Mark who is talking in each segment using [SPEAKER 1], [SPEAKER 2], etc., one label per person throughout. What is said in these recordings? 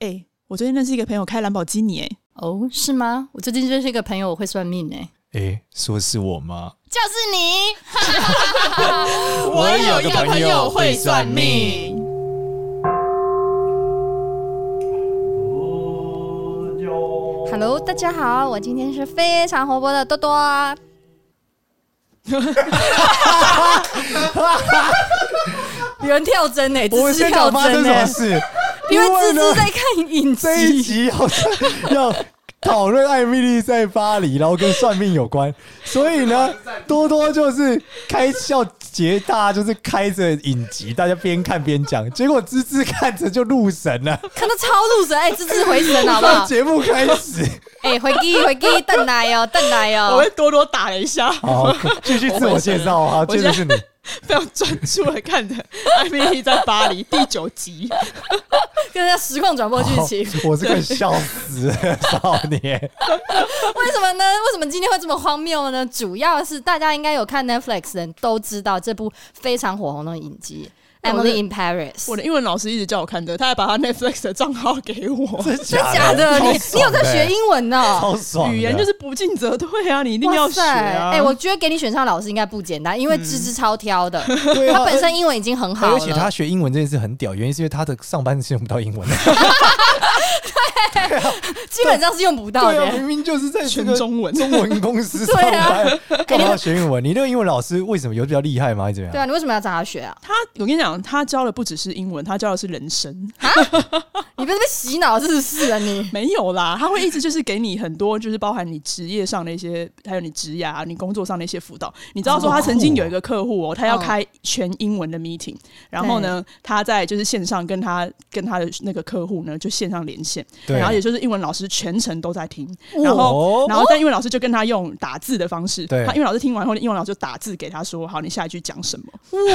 [SPEAKER 1] 哎、我最近认识一个朋友开兰博基尼、哎，
[SPEAKER 2] 哦，是吗？我最近认识一个朋友，我会算命哎、
[SPEAKER 3] 诶，说是我吗？
[SPEAKER 2] 就是你。
[SPEAKER 3] 我有个朋友会算命。
[SPEAKER 4] Hello，大家好，我今天是非常活泼的多多。
[SPEAKER 2] 有人跳针哎、欸，
[SPEAKER 3] 我
[SPEAKER 2] 芝
[SPEAKER 3] 们
[SPEAKER 2] 芝
[SPEAKER 3] 先
[SPEAKER 2] 跳
[SPEAKER 3] 讲发
[SPEAKER 2] 针
[SPEAKER 3] 生什么
[SPEAKER 2] 哎、
[SPEAKER 3] 事？
[SPEAKER 2] 因为芝
[SPEAKER 3] 为呢
[SPEAKER 2] 芝，在看影
[SPEAKER 3] 这
[SPEAKER 2] 集，
[SPEAKER 3] 一集好像要讨论艾米丽在巴黎，然后跟算命有 关，所以呢，多多就是开笑结大，就是开着影集，大家边看边讲，结果芝芝看着就入神了。
[SPEAKER 2] 看到超入神哎、芝芝回神好不
[SPEAKER 3] 到
[SPEAKER 2] 好？
[SPEAKER 3] 节目开 始，
[SPEAKER 4] 哎、回击回击，邓来哦，邓来
[SPEAKER 1] 我
[SPEAKER 4] 哦
[SPEAKER 1] 被。多多打了一下，
[SPEAKER 3] 好，继续自我介绍啊，
[SPEAKER 1] 我
[SPEAKER 3] 接
[SPEAKER 1] 现在
[SPEAKER 3] 着是你。
[SPEAKER 1] 非常专注的看着《艾米丽在巴黎》第九集。
[SPEAKER 2] 跟人家实况转播剧情，
[SPEAKER 3] 好我是个笑死的少年。
[SPEAKER 2] 为什么呢？为什么今天会这么荒谬呢？主要是大家应该有看 Netflix 的人都知道这部非常火红的影集《
[SPEAKER 1] 我的
[SPEAKER 2] Emily in Paris》。
[SPEAKER 1] 我的英文老师一直叫我看的，他还把他 Netflix 的账号给我。
[SPEAKER 3] 真
[SPEAKER 2] 真
[SPEAKER 3] 的
[SPEAKER 2] 假的？你你有在学
[SPEAKER 3] 英？
[SPEAKER 2] 英文哦？
[SPEAKER 3] 超爽的，
[SPEAKER 1] 语言就是不进则退啊，你一定要学啊！
[SPEAKER 2] 哎、我觉得给你选上老师应该不简单，因为芝芝超挑的，
[SPEAKER 3] 对啊
[SPEAKER 2] 他本身英文已经很好
[SPEAKER 3] 而
[SPEAKER 2] 了，
[SPEAKER 3] 且他学英文这件事很屌，原因是因为他的上班是用不到英文
[SPEAKER 2] 啊
[SPEAKER 3] 的，
[SPEAKER 2] 基本上是用不到
[SPEAKER 3] 对
[SPEAKER 2] 的。
[SPEAKER 3] 啊，明明就是在这个
[SPEAKER 1] 全中文
[SPEAKER 3] 中文公司上
[SPEAKER 2] 啊
[SPEAKER 3] 班，干嘛要学英文？你那个英文老师为什么有比较厉害吗？还是怎么
[SPEAKER 2] 对
[SPEAKER 3] 样？
[SPEAKER 2] 啊，你为什么要找他学啊？
[SPEAKER 1] 他，我跟你讲，他教的不只是英文，他教的是人生。
[SPEAKER 2] 你被被洗脑是不是啊 你？
[SPEAKER 1] 没有啦，他会一直就是给你很多，就是包含你职业上的一些，还有你职涯、啊你工作上的一些辅导。你知道说他曾经有一个客户哦，他要开全英文的 meeting，然后呢，他在就是线上跟他跟他的那个客户呢就线上连线，
[SPEAKER 2] 啊
[SPEAKER 3] 对
[SPEAKER 1] 然后也就是英文老师全程都在听，然后
[SPEAKER 3] 哦
[SPEAKER 1] 然后但英文老师就跟他用打字的方式，
[SPEAKER 3] 对
[SPEAKER 1] 他英文老师听完后，英文老师就打字给他说，好，你下一句讲什么？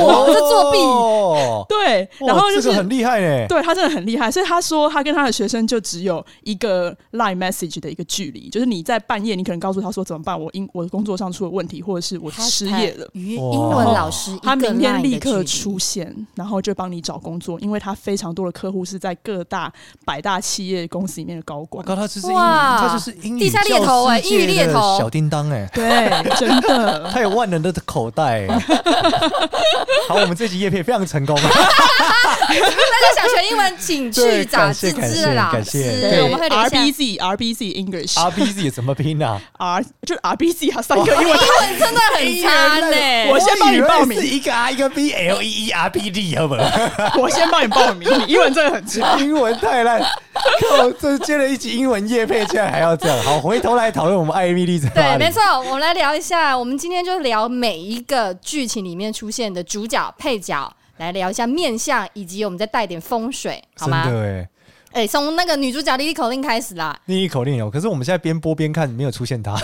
[SPEAKER 2] 哇，这作弊！
[SPEAKER 3] 弊，
[SPEAKER 1] 对，然
[SPEAKER 3] 哇
[SPEAKER 1] 后就
[SPEAKER 3] 这
[SPEAKER 1] 是
[SPEAKER 3] 个很厉害呢。
[SPEAKER 1] 对他真的很厉害，所以他说他跟他的学生就只有一个 line message 的一个距离，就是你在半夜，你可能告诉他说怎么办，我因我的工作上出了问题，或者是我失业了，
[SPEAKER 2] 语
[SPEAKER 3] 哇
[SPEAKER 2] 英文老师一个
[SPEAKER 1] 他明天
[SPEAKER 2] line 的
[SPEAKER 1] 立刻
[SPEAKER 2] 距离
[SPEAKER 1] 出现，然后就帮你找工作，因为他非常多的客户是在各大百大企业公司里面的高
[SPEAKER 3] 我
[SPEAKER 1] 管。
[SPEAKER 3] 靠，他就是英语，
[SPEAKER 2] 哇
[SPEAKER 3] 他就是英语
[SPEAKER 2] 地下猎头哎
[SPEAKER 3] 教师界
[SPEAKER 2] 英语猎
[SPEAKER 3] 的
[SPEAKER 2] 头
[SPEAKER 3] 小叮当哎，
[SPEAKER 1] 对，真 的，
[SPEAKER 3] 他有万能的口袋 哎。好，我们这集叶片非常 成功。
[SPEAKER 2] 大家想学英文，请去
[SPEAKER 3] 对
[SPEAKER 2] 找
[SPEAKER 3] 感谢
[SPEAKER 2] 芝芝的老
[SPEAKER 3] 感
[SPEAKER 2] 师
[SPEAKER 3] 谢感谢，
[SPEAKER 1] 对
[SPEAKER 2] 我们会留
[SPEAKER 1] R
[SPEAKER 2] 下。
[SPEAKER 1] B Z R B Z English
[SPEAKER 3] R B Z 怎么拼啊？
[SPEAKER 1] R 就是 R B Z 啊，三个英文。
[SPEAKER 2] 英文真的很差呢，
[SPEAKER 1] 哎我先帮你报名
[SPEAKER 3] 我以为是一个 R 一个 B L E E R B D，好不好？
[SPEAKER 1] 我先帮你报名，你英文真的很差。
[SPEAKER 3] 英文太烂，靠！这接了一集英文夜配，竟然还要这样。好，回头来讨论我们艾米丽在哪
[SPEAKER 2] 对，
[SPEAKER 3] 里
[SPEAKER 2] 没错，我们来聊一下，我们今天就聊每一个剧情里面出现的主角、配角，来聊一下面相，以及我们再带点风水，好
[SPEAKER 3] 真
[SPEAKER 2] 吗？
[SPEAKER 3] 的哎，
[SPEAKER 2] 哎、从那个女主角莉莉口令开始 啦。
[SPEAKER 3] 另一口令哦有，可是我们现在边播边看，没有出现 他。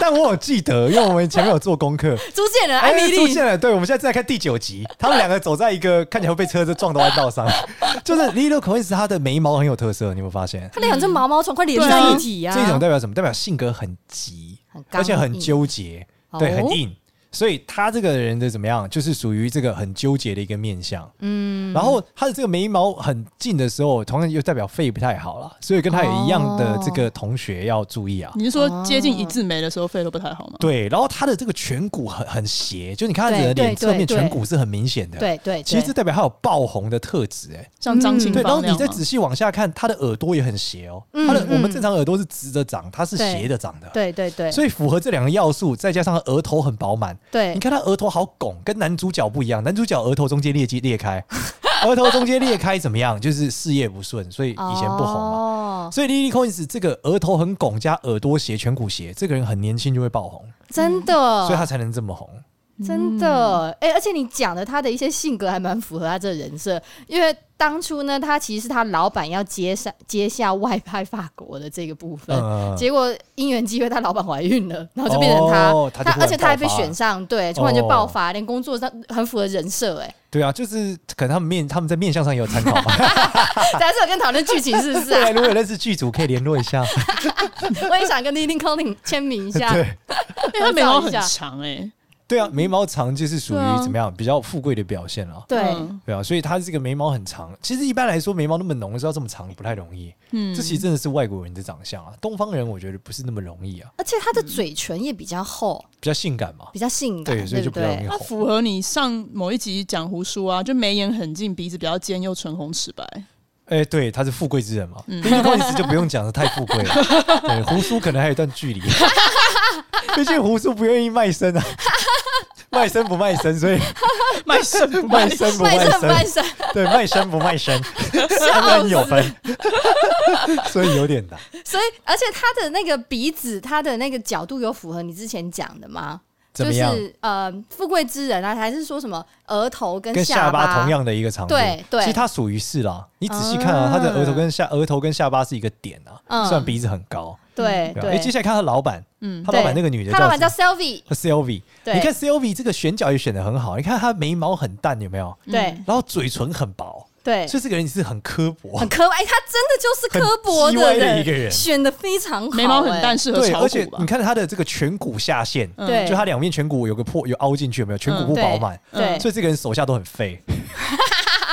[SPEAKER 3] 但我有记得，因为我们前面有做功课。哎
[SPEAKER 2] 主持人艾米
[SPEAKER 3] 出
[SPEAKER 2] 丽，
[SPEAKER 3] 现了，对，我们啊现在正在看第九集，他们两个走在一个看起来会被车子撞的弯道上，就是莉莉口令斯，她的眉毛很有特色，你有没有发现？
[SPEAKER 2] 她两只毛毛虫快连
[SPEAKER 1] 对
[SPEAKER 2] 在
[SPEAKER 1] 啊
[SPEAKER 2] 一起呀、
[SPEAKER 3] 这种代表什么？代表性格很急，
[SPEAKER 2] 很刚
[SPEAKER 3] 而且很
[SPEAKER 2] 硬哦
[SPEAKER 3] 纠结，对，很硬。所以他这个人的怎么样，就是属于这个很纠结的一个面相。嗯，然后他的这个眉毛很近的时候，同样又代表肺不太好了，所以跟他
[SPEAKER 2] 哦
[SPEAKER 3] 有一样的这个同学要注意啊。
[SPEAKER 1] 你是说接近一字眉的时候肺都不太好吗？
[SPEAKER 3] 对，然后他的这个颧骨很很斜，就你看他
[SPEAKER 2] 对
[SPEAKER 3] 人的
[SPEAKER 2] 对
[SPEAKER 3] 脸侧面
[SPEAKER 2] 对
[SPEAKER 3] 颧骨是很明显的。，
[SPEAKER 2] 对对对，
[SPEAKER 3] 其实这代表他有爆红的特质、哎，
[SPEAKER 1] 像张清
[SPEAKER 3] 对，然
[SPEAKER 1] 芳
[SPEAKER 3] 后
[SPEAKER 1] 那
[SPEAKER 3] 你
[SPEAKER 1] 样
[SPEAKER 3] 再
[SPEAKER 1] 吗？
[SPEAKER 3] 仔细往下看，他的耳朵也很斜哦。
[SPEAKER 2] 嗯
[SPEAKER 3] 他的我们
[SPEAKER 2] 嗯
[SPEAKER 3] 正常耳朵是直着长，他是斜着长的。
[SPEAKER 2] 对对对，
[SPEAKER 3] 所以符合这两个要素，再加上额头很饱满，
[SPEAKER 2] 对
[SPEAKER 3] 你看他额头好拱，跟男主角不一样。男主角额头中间裂肌 裂开，额头中间裂开怎么样？就是事业不顺，所以以前不红嘛。
[SPEAKER 2] 哦，
[SPEAKER 3] 所以 Lily Collins 这个额头很拱加耳朵斜颧骨斜，这个人很年轻就会爆红，
[SPEAKER 2] 真的，
[SPEAKER 3] 所以他才能这么红。
[SPEAKER 2] 真
[SPEAKER 3] 嗯
[SPEAKER 2] 的，哎、而且你讲的他的一些性格还蛮符合他这人设，因为当初呢，他其实是他老板要接下接下外派法国的这个部分，
[SPEAKER 3] 嗯
[SPEAKER 2] 结果因缘机会，他老板怀孕了，然后就变成他，
[SPEAKER 3] 哦他就突然
[SPEAKER 2] 而且他还被
[SPEAKER 3] 爆发
[SPEAKER 2] 选上，对，突然就爆
[SPEAKER 3] 哦
[SPEAKER 2] 发，连工作上很符合人设，哎，
[SPEAKER 3] 对啊，就是可能他们面他们在面相上也有参考 嘛。 啊
[SPEAKER 2] 大家是有跟讨论剧情是不是
[SPEAKER 3] 未来
[SPEAKER 2] 啊？
[SPEAKER 3] 如果有认识剧组，可以联络 一下。
[SPEAKER 2] 我也想跟 Lily Collins 签名一下，
[SPEAKER 3] 对，
[SPEAKER 1] 因为他眉毛
[SPEAKER 2] 照一
[SPEAKER 1] 很
[SPEAKER 2] 下
[SPEAKER 1] 长哎、
[SPEAKER 3] 对啊，眉毛长就是属
[SPEAKER 1] 对啊
[SPEAKER 3] 于怎么样比较富贵的表现了。
[SPEAKER 2] 对，
[SPEAKER 1] 嗯
[SPEAKER 3] 对啊，所以他这个眉毛很长。其实一般来说，眉毛那么浓的时候，这么长不太容易。
[SPEAKER 1] 嗯
[SPEAKER 3] 这其实真的是外国人的长相啊，东方人我觉得不是那么容易啊，
[SPEAKER 2] 而且他的嘴唇也比较厚，
[SPEAKER 3] 比较性感嘛。
[SPEAKER 2] 比较性感，
[SPEAKER 3] 对，所以就
[SPEAKER 2] 不
[SPEAKER 3] 比较容 易
[SPEAKER 2] 对？
[SPEAKER 1] 它
[SPEAKER 3] 红。
[SPEAKER 1] 符合你上某一集讲胡叔啊，就眉眼很近，鼻子比较尖，又唇红齿白。
[SPEAKER 3] 哎，对，他是富贵之人嘛。b i l l 就不用讲的太富贵 了。对，胡叔可能还有一段 距离，毕竟胡叔不愿意卖身啊，卖身不卖身， 所以
[SPEAKER 1] 卖身不
[SPEAKER 3] 卖
[SPEAKER 1] 卖
[SPEAKER 3] 身不卖
[SPEAKER 2] 半身
[SPEAKER 3] 身
[SPEAKER 2] 半，身，
[SPEAKER 3] 对，卖身不卖 身，当然有分，所以有点难。
[SPEAKER 2] 所以而且他的那个鼻子，他的那个角度有符合你之前讲的吗？
[SPEAKER 3] 怎
[SPEAKER 2] 就
[SPEAKER 3] 么样？
[SPEAKER 2] 是呃，富贵之人啊，还是说什么额头跟
[SPEAKER 3] 跟
[SPEAKER 2] 下
[SPEAKER 3] 下巴同样的一个长度，
[SPEAKER 2] 对对
[SPEAKER 3] 其实它属于是啦。你仔细看啊，它的额头跟下额头跟下巴是一个点啊，
[SPEAKER 2] 嗯
[SPEAKER 3] 虽然鼻子很高，
[SPEAKER 2] 对
[SPEAKER 3] 对吧？
[SPEAKER 2] 对。
[SPEAKER 3] 哎，接下来看他老板，
[SPEAKER 1] 嗯
[SPEAKER 3] 他老板那个女的
[SPEAKER 2] 他老板叫
[SPEAKER 3] 叫
[SPEAKER 2] Selvi，
[SPEAKER 3] s y l v i
[SPEAKER 2] 对
[SPEAKER 3] 你看 s y l v i 这个选角也选的很好，你看她眉毛很淡，有没有？
[SPEAKER 1] 嗯
[SPEAKER 2] 对
[SPEAKER 3] 然后嘴唇很薄，
[SPEAKER 2] 嗯对，
[SPEAKER 3] 所以这个人是很刻薄
[SPEAKER 2] 很。刻薄，哎，他真的就是刻薄
[SPEAKER 3] 很
[SPEAKER 2] 的
[SPEAKER 3] 叽歪的一个人
[SPEAKER 2] 选的非常好，
[SPEAKER 1] 眉毛很淡，
[SPEAKER 2] 哎
[SPEAKER 1] 适合
[SPEAKER 3] 对，
[SPEAKER 1] 炒
[SPEAKER 3] 而且
[SPEAKER 1] 股吧
[SPEAKER 3] 你？看他的这个颧骨下陷，
[SPEAKER 1] 嗯
[SPEAKER 2] 对，
[SPEAKER 3] 就他两边颧骨有个破，有凹进去，有没有？颧骨
[SPEAKER 1] 嗯
[SPEAKER 3] 不
[SPEAKER 2] 对
[SPEAKER 3] 饱满，
[SPEAKER 2] 对
[SPEAKER 3] 所以这个人手下都很废。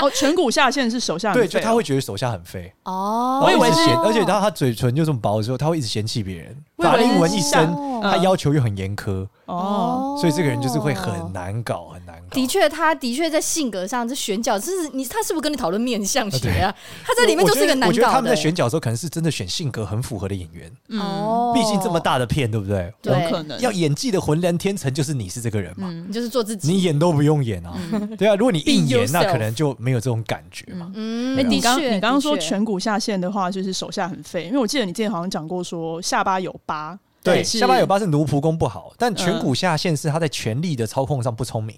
[SPEAKER 1] 哦，颧骨下陷是手下很
[SPEAKER 3] 对，
[SPEAKER 1] 废
[SPEAKER 3] 就
[SPEAKER 1] 哦
[SPEAKER 3] 他会觉得手下很废，
[SPEAKER 2] 哦，
[SPEAKER 3] 然后一直嫌，
[SPEAKER 1] 哦
[SPEAKER 3] 而且他他嘴唇就这么薄的时候，他会一直嫌弃别人。
[SPEAKER 1] 我以为
[SPEAKER 3] 法令纹
[SPEAKER 1] 是
[SPEAKER 3] 一
[SPEAKER 1] 下
[SPEAKER 3] 生，
[SPEAKER 2] 哦
[SPEAKER 3] 他要求又很严苛，
[SPEAKER 1] 哦，
[SPEAKER 3] 所以这个人就是会很。难搞，很难搞。
[SPEAKER 2] 的确，他的确在性格上，这选角就是你，他是不是跟你讨论面相学啊？他
[SPEAKER 3] 呃我
[SPEAKER 2] 这里面就是一个难
[SPEAKER 3] 我觉得我觉得
[SPEAKER 2] 搞
[SPEAKER 3] 他
[SPEAKER 2] 的
[SPEAKER 3] 们在选角的时候，可能是真的选性格很符合的演员，
[SPEAKER 1] 嗯，
[SPEAKER 2] 哦
[SPEAKER 3] 毕竟这么，大的片，对不对？
[SPEAKER 2] 对
[SPEAKER 1] 有可能
[SPEAKER 3] 要演技的浑然天成，就是你是这个人嘛，
[SPEAKER 1] 嗯
[SPEAKER 2] 你就是做自己。
[SPEAKER 3] 你演都不用演啊， 对啊。如果你
[SPEAKER 2] Be
[SPEAKER 3] 硬演，那
[SPEAKER 2] yourself
[SPEAKER 3] 可能就没有这种感觉嘛。
[SPEAKER 2] 嗯，
[SPEAKER 1] 哎，
[SPEAKER 2] 的
[SPEAKER 1] 你刚
[SPEAKER 2] 确，
[SPEAKER 1] 你刚刚说
[SPEAKER 2] 的确
[SPEAKER 1] 颧骨下陷的话，就是手下很废，因为我记得你之前好像讲过说下巴有疤，
[SPEAKER 3] 对，
[SPEAKER 1] 也是
[SPEAKER 3] 下巴有疤是奴仆宫不好，但
[SPEAKER 2] 嗯
[SPEAKER 3] 颧骨下陷是他在权力的操控上不聪明。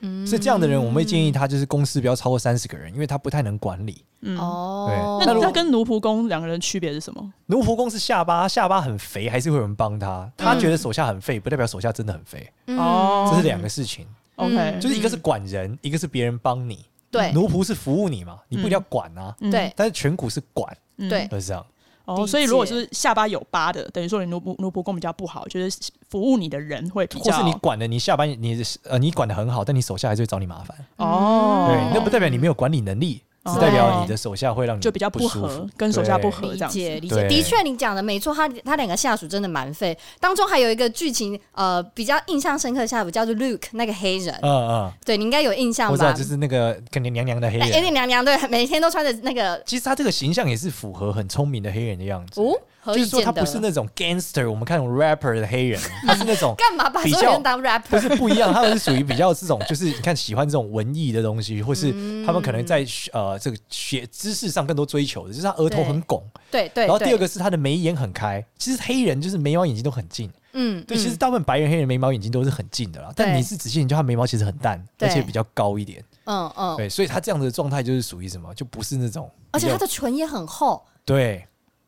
[SPEAKER 2] 嗯
[SPEAKER 3] 是这样的人，我们会建议他就是公司不要超过三十个人，因为他不太能管理。
[SPEAKER 1] 嗯，
[SPEAKER 2] 哦，
[SPEAKER 1] 那
[SPEAKER 3] 如
[SPEAKER 1] 他
[SPEAKER 3] 果
[SPEAKER 1] 跟奴仆公两个人区别是什么？
[SPEAKER 3] 奴仆公是下巴，下巴很肥，还是会有人帮他。他觉得手下很废，不代表手下真的很废，
[SPEAKER 2] 嗯
[SPEAKER 1] 嗯哦嗯
[SPEAKER 3] 这是两个事情。
[SPEAKER 1] OK，
[SPEAKER 3] 就是一个是管人，一个是别人帮你。
[SPEAKER 2] 对
[SPEAKER 3] 奴仆是服务你嘛，你不一定要管啊。
[SPEAKER 1] 嗯
[SPEAKER 2] 对
[SPEAKER 3] 但是颧骨是管，
[SPEAKER 1] 嗯
[SPEAKER 2] 对
[SPEAKER 3] 就是这样。
[SPEAKER 1] 哦，
[SPEAKER 2] 理
[SPEAKER 1] 所以如果
[SPEAKER 2] 解
[SPEAKER 1] 是下巴有疤的，等于说你奴仆奴仆公比较不好，就是服务你的人会比
[SPEAKER 3] 或
[SPEAKER 1] 较，
[SPEAKER 3] 是你管了，你下班你呃你管的很好，但你手下还是会找你麻烦。
[SPEAKER 1] 哦，
[SPEAKER 3] 对，那不代表你没有管理能力，只代表你的手下会让你
[SPEAKER 1] 就比较
[SPEAKER 3] 不舒服
[SPEAKER 1] 合，跟手下不
[SPEAKER 3] 对
[SPEAKER 1] 合
[SPEAKER 2] 理
[SPEAKER 1] 这样
[SPEAKER 2] 解
[SPEAKER 1] 子。
[SPEAKER 2] 理解，
[SPEAKER 3] 对
[SPEAKER 2] 的确你讲的没错，他他两个下属真的蛮废。当中还有一个剧情，呃，比较印象深刻的下属叫做 Luke 那个黑人，
[SPEAKER 3] 嗯
[SPEAKER 2] 对你应该有印象
[SPEAKER 3] 嗯，我知道，
[SPEAKER 2] 吧？
[SPEAKER 3] 就是那个可能娘娘的黑
[SPEAKER 2] 那
[SPEAKER 1] 哎
[SPEAKER 2] 有点
[SPEAKER 3] 人。
[SPEAKER 2] 娘娘，对，每天都穿着那个
[SPEAKER 3] 其实他这个形象也是符合很聪明的黑人的样子，
[SPEAKER 2] 哦，何
[SPEAKER 3] 就
[SPEAKER 2] 以
[SPEAKER 3] 是说
[SPEAKER 2] 见
[SPEAKER 3] 他
[SPEAKER 2] 得
[SPEAKER 3] 不？是那种 gangster，我们看那种 rapper 的黑 人，他是那种
[SPEAKER 2] 干嘛把
[SPEAKER 3] 比
[SPEAKER 2] 所有
[SPEAKER 3] 较
[SPEAKER 2] 人当 rapper？
[SPEAKER 3] 不是不一样，他们是属于比较这种，就是你看喜欢这种文艺的东西，或是
[SPEAKER 2] 嗯
[SPEAKER 3] 他们可能在学呃这个学知识上更多追求的，就是他额头很拱，
[SPEAKER 2] 对对。
[SPEAKER 3] 然后
[SPEAKER 2] 对
[SPEAKER 3] 第二个是他的眉眼很开。其实黑人就是眉毛眼睛都很近，
[SPEAKER 2] 嗯，
[SPEAKER 3] 对，
[SPEAKER 2] 嗯
[SPEAKER 3] 其实大部分白人、黑人眉毛眼睛都是很近的啦。但
[SPEAKER 2] 对
[SPEAKER 3] 你是仔细研究，他眉毛其实很淡，
[SPEAKER 2] 对
[SPEAKER 3] 而且比较高一点。
[SPEAKER 2] 嗯嗯，
[SPEAKER 3] 对，所以他这样的状态就是属于什么，就不是那种
[SPEAKER 2] 而
[SPEAKER 3] 比
[SPEAKER 2] 且
[SPEAKER 3] 较，
[SPEAKER 2] 他的唇也很厚，
[SPEAKER 3] 对。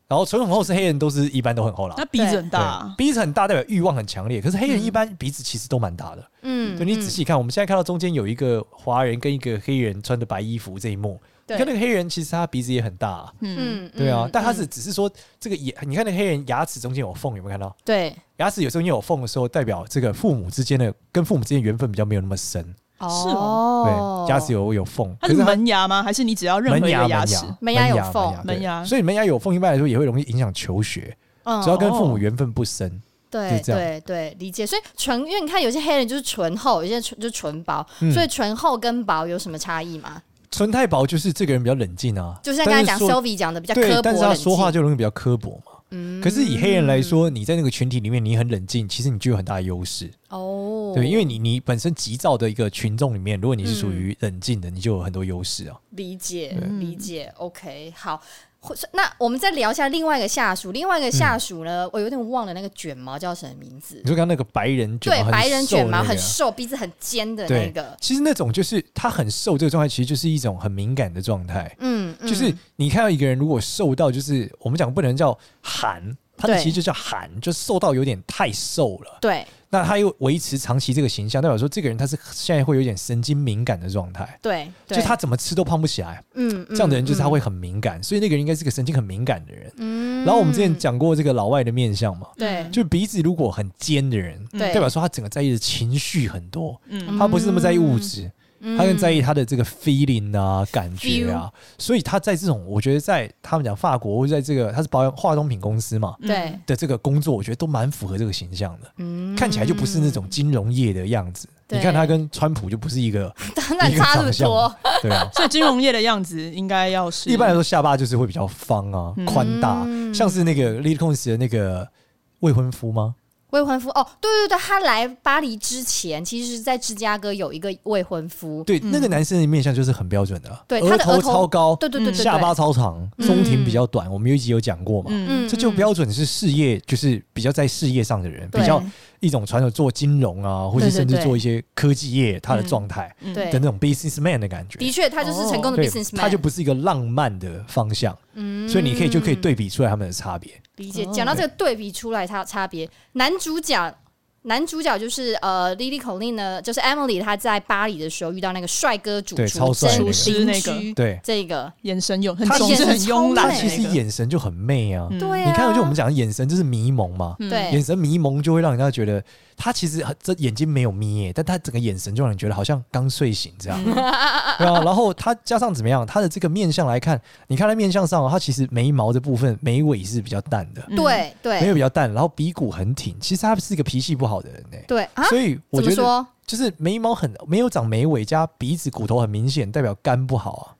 [SPEAKER 3] 然后唇很厚是黑人，都是一般都很厚啦
[SPEAKER 1] 那。鼻子很大
[SPEAKER 3] 对，
[SPEAKER 1] 啊，
[SPEAKER 3] 鼻子很大代表欲望很强烈，可是黑人一般鼻子其实都蛮大的。
[SPEAKER 2] 嗯，
[SPEAKER 3] 对你
[SPEAKER 2] 嗯
[SPEAKER 3] 仔细看，我们现在看到中间有一个华人跟一个黑人穿的白衣服这一幕，你
[SPEAKER 2] 对
[SPEAKER 3] 看那个黑人其实他鼻子也很大、啊，
[SPEAKER 1] 嗯，
[SPEAKER 2] 嗯，
[SPEAKER 3] 对啊，
[SPEAKER 2] 嗯
[SPEAKER 3] 但他
[SPEAKER 2] 嗯
[SPEAKER 3] 是只是说这个牙，你看那个黑人牙齿中间有缝，有没有看到？
[SPEAKER 2] 对
[SPEAKER 3] 牙齿有中间有缝的时候，代表这个父母之间的跟父母之间缘分比较没有那么深，
[SPEAKER 2] 哦，
[SPEAKER 3] 对，牙齿有有缝，
[SPEAKER 1] 它
[SPEAKER 3] 可
[SPEAKER 1] 是
[SPEAKER 3] 是他
[SPEAKER 1] 门牙吗？还是你只要任何
[SPEAKER 3] 门
[SPEAKER 1] 一个
[SPEAKER 3] 牙门牙
[SPEAKER 1] 齿？
[SPEAKER 2] 门牙有缝
[SPEAKER 3] 对
[SPEAKER 1] 门牙
[SPEAKER 3] 所以门牙有缝一般来说也会容易影响求学，
[SPEAKER 2] 嗯
[SPEAKER 3] 只要跟父母缘分不深，
[SPEAKER 2] 对
[SPEAKER 3] 就这样
[SPEAKER 2] 对对，理解。所以唇，因为你看有些黑人就是唇厚，有些唇就唇薄，
[SPEAKER 3] 嗯
[SPEAKER 2] 所以唇厚跟薄有什么差异吗？
[SPEAKER 3] 纯太薄就是这个人比较冷静啊，
[SPEAKER 2] 就像刚才讲
[SPEAKER 3] 但是说
[SPEAKER 2] Sylvie 讲的比较
[SPEAKER 3] 对，
[SPEAKER 2] 刻薄
[SPEAKER 3] 但是他
[SPEAKER 2] 冷静嗯
[SPEAKER 3] 说话就容易比较刻薄嘛。可是以黑人来说，你在那个群体里面，你很冷静，其实你就有很大的优势，
[SPEAKER 2] 哦，
[SPEAKER 3] 对，因为你你本身急躁的一个群众里面，如果你是属
[SPEAKER 2] 嗯
[SPEAKER 3] 于冷静的，你就有很多优势啊。
[SPEAKER 2] 理解
[SPEAKER 3] 对
[SPEAKER 2] 理解，OK，好。或是那我们再聊一下另外一个下属，另外
[SPEAKER 3] 嗯
[SPEAKER 2] 一个下属呢，我有点忘了那个卷毛叫什么名字
[SPEAKER 3] 你。说刚刚那个白人卷毛
[SPEAKER 2] 对，
[SPEAKER 3] 很
[SPEAKER 2] 白人
[SPEAKER 3] 瘦的
[SPEAKER 2] 卷毛
[SPEAKER 3] 那个
[SPEAKER 2] 很瘦，鼻子很尖的那
[SPEAKER 3] 对
[SPEAKER 2] 个，
[SPEAKER 3] 其实那种就是他很瘦这个状态，其实就是一种很敏感的状态，
[SPEAKER 2] 嗯，嗯
[SPEAKER 3] 就是你看到一个人如果瘦到，就是我们讲不能叫寒，他那
[SPEAKER 2] 对
[SPEAKER 3] 其实就叫寒，就瘦到有点太瘦了。
[SPEAKER 2] 对
[SPEAKER 3] 那他又维持长期这个形象，代表说这个人他是现在会有点神经敏感的状态。
[SPEAKER 2] 对，
[SPEAKER 3] 就
[SPEAKER 2] 对
[SPEAKER 3] 他，怎么吃都胖不起来，
[SPEAKER 2] 嗯，
[SPEAKER 3] 这样的人就是他
[SPEAKER 2] 嗯
[SPEAKER 3] 会很敏感，所以那个人应该是个神经很敏感的人。
[SPEAKER 2] 嗯嗯
[SPEAKER 3] 然后我们之前讲过这个老外的面相嘛，
[SPEAKER 2] 对
[SPEAKER 3] 就鼻子如果很尖的人，
[SPEAKER 2] 对
[SPEAKER 3] 代表说他整个在意的情绪很多，
[SPEAKER 1] 嗯
[SPEAKER 3] 他不是那么在意物质，
[SPEAKER 2] 嗯
[SPEAKER 3] 他更在意他的这个 feeling 啊、感觉啊，所以他在这种，我觉得在他们讲法国或者在这个他是保养化妆品公司嘛
[SPEAKER 2] 对，
[SPEAKER 3] 的这个工作，我觉得都蛮符合这个形象的，
[SPEAKER 2] 嗯
[SPEAKER 3] 看起来就不是那种金融业的样子。
[SPEAKER 2] 对
[SPEAKER 3] 你看他跟川普就不是一个
[SPEAKER 2] 当然
[SPEAKER 3] 一个
[SPEAKER 2] 差 那
[SPEAKER 3] 长
[SPEAKER 2] 么
[SPEAKER 3] 相
[SPEAKER 2] 多
[SPEAKER 3] 嘛，，对啊。
[SPEAKER 1] 所以金融业的样子应该要是
[SPEAKER 3] 一般来说，下巴就是会比较方啊、
[SPEAKER 1] 嗯
[SPEAKER 3] 宽大，
[SPEAKER 2] 嗯
[SPEAKER 3] 像是那个 l i l c o n s 的那个未婚夫吗？
[SPEAKER 2] 未婚夫哦，对对对，他来巴黎之前，其实是在芝加哥有一个未婚夫，
[SPEAKER 3] 对，那个男生的面相就是很标准的，
[SPEAKER 2] 嗯对他
[SPEAKER 3] 额
[SPEAKER 2] 的额头
[SPEAKER 3] 超高，
[SPEAKER 2] 对对对对对，
[SPEAKER 3] 下巴超长，
[SPEAKER 2] 嗯
[SPEAKER 3] 中庭比较短。我们有一集有讲过嘛，
[SPEAKER 1] 嗯
[SPEAKER 2] 嗯，
[SPEAKER 3] 这就
[SPEAKER 2] 嗯
[SPEAKER 3] 标准是事业，就是比较在事业上的人，
[SPEAKER 2] 对
[SPEAKER 3] 比较一种传统做金融啊，或是
[SPEAKER 2] 对对
[SPEAKER 3] 甚至
[SPEAKER 2] 对
[SPEAKER 3] 做一些科技业，他的状态
[SPEAKER 1] 嗯
[SPEAKER 2] 对
[SPEAKER 3] 的那种 businessman 的感觉。
[SPEAKER 2] 的确，他就是成功的
[SPEAKER 3] 对，
[SPEAKER 2] businessman，
[SPEAKER 3] 他就不是一个浪漫的方向，
[SPEAKER 2] 嗯
[SPEAKER 3] 所以你可以就可以对比出来他们的差别。
[SPEAKER 2] 理解
[SPEAKER 1] 哦。
[SPEAKER 2] 讲到这个对比出来，它差别，男主角。男主角就是呃，Lily Colin 呢，就是 Emily，她在巴黎的时候遇到那个帅哥主
[SPEAKER 3] 对超
[SPEAKER 2] 厨
[SPEAKER 3] 帅
[SPEAKER 2] 真
[SPEAKER 3] 那个
[SPEAKER 1] 厨师那个
[SPEAKER 2] 邻居
[SPEAKER 3] 对，
[SPEAKER 2] 这个，
[SPEAKER 1] 眼神有很
[SPEAKER 3] 他
[SPEAKER 1] 总
[SPEAKER 2] 眼
[SPEAKER 1] 是
[SPEAKER 2] 神
[SPEAKER 1] 很慵
[SPEAKER 2] 超
[SPEAKER 1] 懒
[SPEAKER 3] 他
[SPEAKER 1] 的那
[SPEAKER 3] 其
[SPEAKER 1] 个，
[SPEAKER 3] 实眼神就很媚啊。
[SPEAKER 1] 嗯
[SPEAKER 2] 对啊，
[SPEAKER 3] 你看，就我们讲的眼神就是迷蒙嘛，
[SPEAKER 1] 嗯
[SPEAKER 2] 对
[SPEAKER 3] 眼神迷蒙就会让人家觉得他其实很这眼睛没有眯耶，但他整个眼神就让人觉得好像刚睡醒这样。
[SPEAKER 2] 嗯
[SPEAKER 3] 对啊，然后他加上怎么样，他的这个面相来看，你看他面相上、哦，他其实眉毛的部分眉尾是比较淡的，
[SPEAKER 1] 嗯
[SPEAKER 2] 对
[SPEAKER 3] 眉
[SPEAKER 2] 对
[SPEAKER 3] 尾比较淡，然后鼻骨很挺。其实他是一个脾气不好的人呢、
[SPEAKER 2] 对啊，
[SPEAKER 3] 所以我
[SPEAKER 2] 怎么
[SPEAKER 3] 觉得
[SPEAKER 2] 说？
[SPEAKER 3] 就是眉毛很没有长眉尾加鼻子骨头很明显，代表肝不好啊。
[SPEAKER 2] 嗯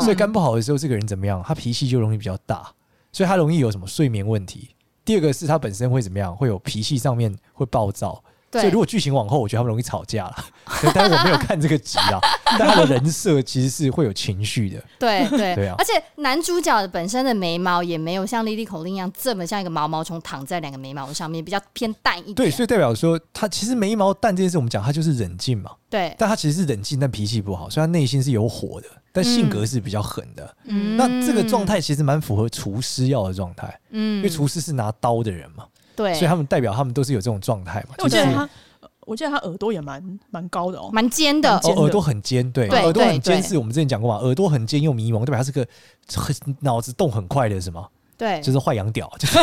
[SPEAKER 3] 所以肝不好的时候，这个人怎么样？他脾气就容易比较大，所以他容易有什么睡眠问题。第二个是他本身会怎么样？会有脾气上面会暴躁，所以
[SPEAKER 2] 对
[SPEAKER 3] 如，果剧情往后，我觉得他们容易吵架了。 对但是我没有看这个集啊，但他的人设其实是会有情绪 的。
[SPEAKER 2] 对对
[SPEAKER 3] 对啊
[SPEAKER 2] 而且男主角本身的眉毛也没有像 Lily Colin 一样这么像一个毛毛虫躺在两个眉毛上面，比较偏淡一点。
[SPEAKER 3] 对，所以代表说他其实眉毛淡这件事，我们讲他就是冷静嘛，
[SPEAKER 2] 对，
[SPEAKER 3] 但他其实是冷静，但脾气不好，所以他内心是有火的，但性格是比较狠的。那这个状态其实蛮符合厨师要的状态，
[SPEAKER 2] 嗯，
[SPEAKER 3] 因为厨师是拿刀的人嘛，
[SPEAKER 2] 对，
[SPEAKER 3] 所以他们代表他们都是有这种状态嘛，
[SPEAKER 1] 因为我
[SPEAKER 3] 就
[SPEAKER 1] 记
[SPEAKER 3] 是
[SPEAKER 1] 得他，我记得他耳朵也蛮蛮高的哦，
[SPEAKER 2] 蛮尖的
[SPEAKER 1] 蛮，尖
[SPEAKER 3] 哦
[SPEAKER 1] 的
[SPEAKER 3] 耳朵很尖，对，
[SPEAKER 2] 对
[SPEAKER 3] 耳朵很
[SPEAKER 2] 对
[SPEAKER 3] 尖
[SPEAKER 2] 对
[SPEAKER 3] 是我们之前讲过嘛，耳朵很尖又迷蒙，对吧？他是个很脑子动很快的什么，
[SPEAKER 2] 对，
[SPEAKER 3] 就是坏羊屌， 就是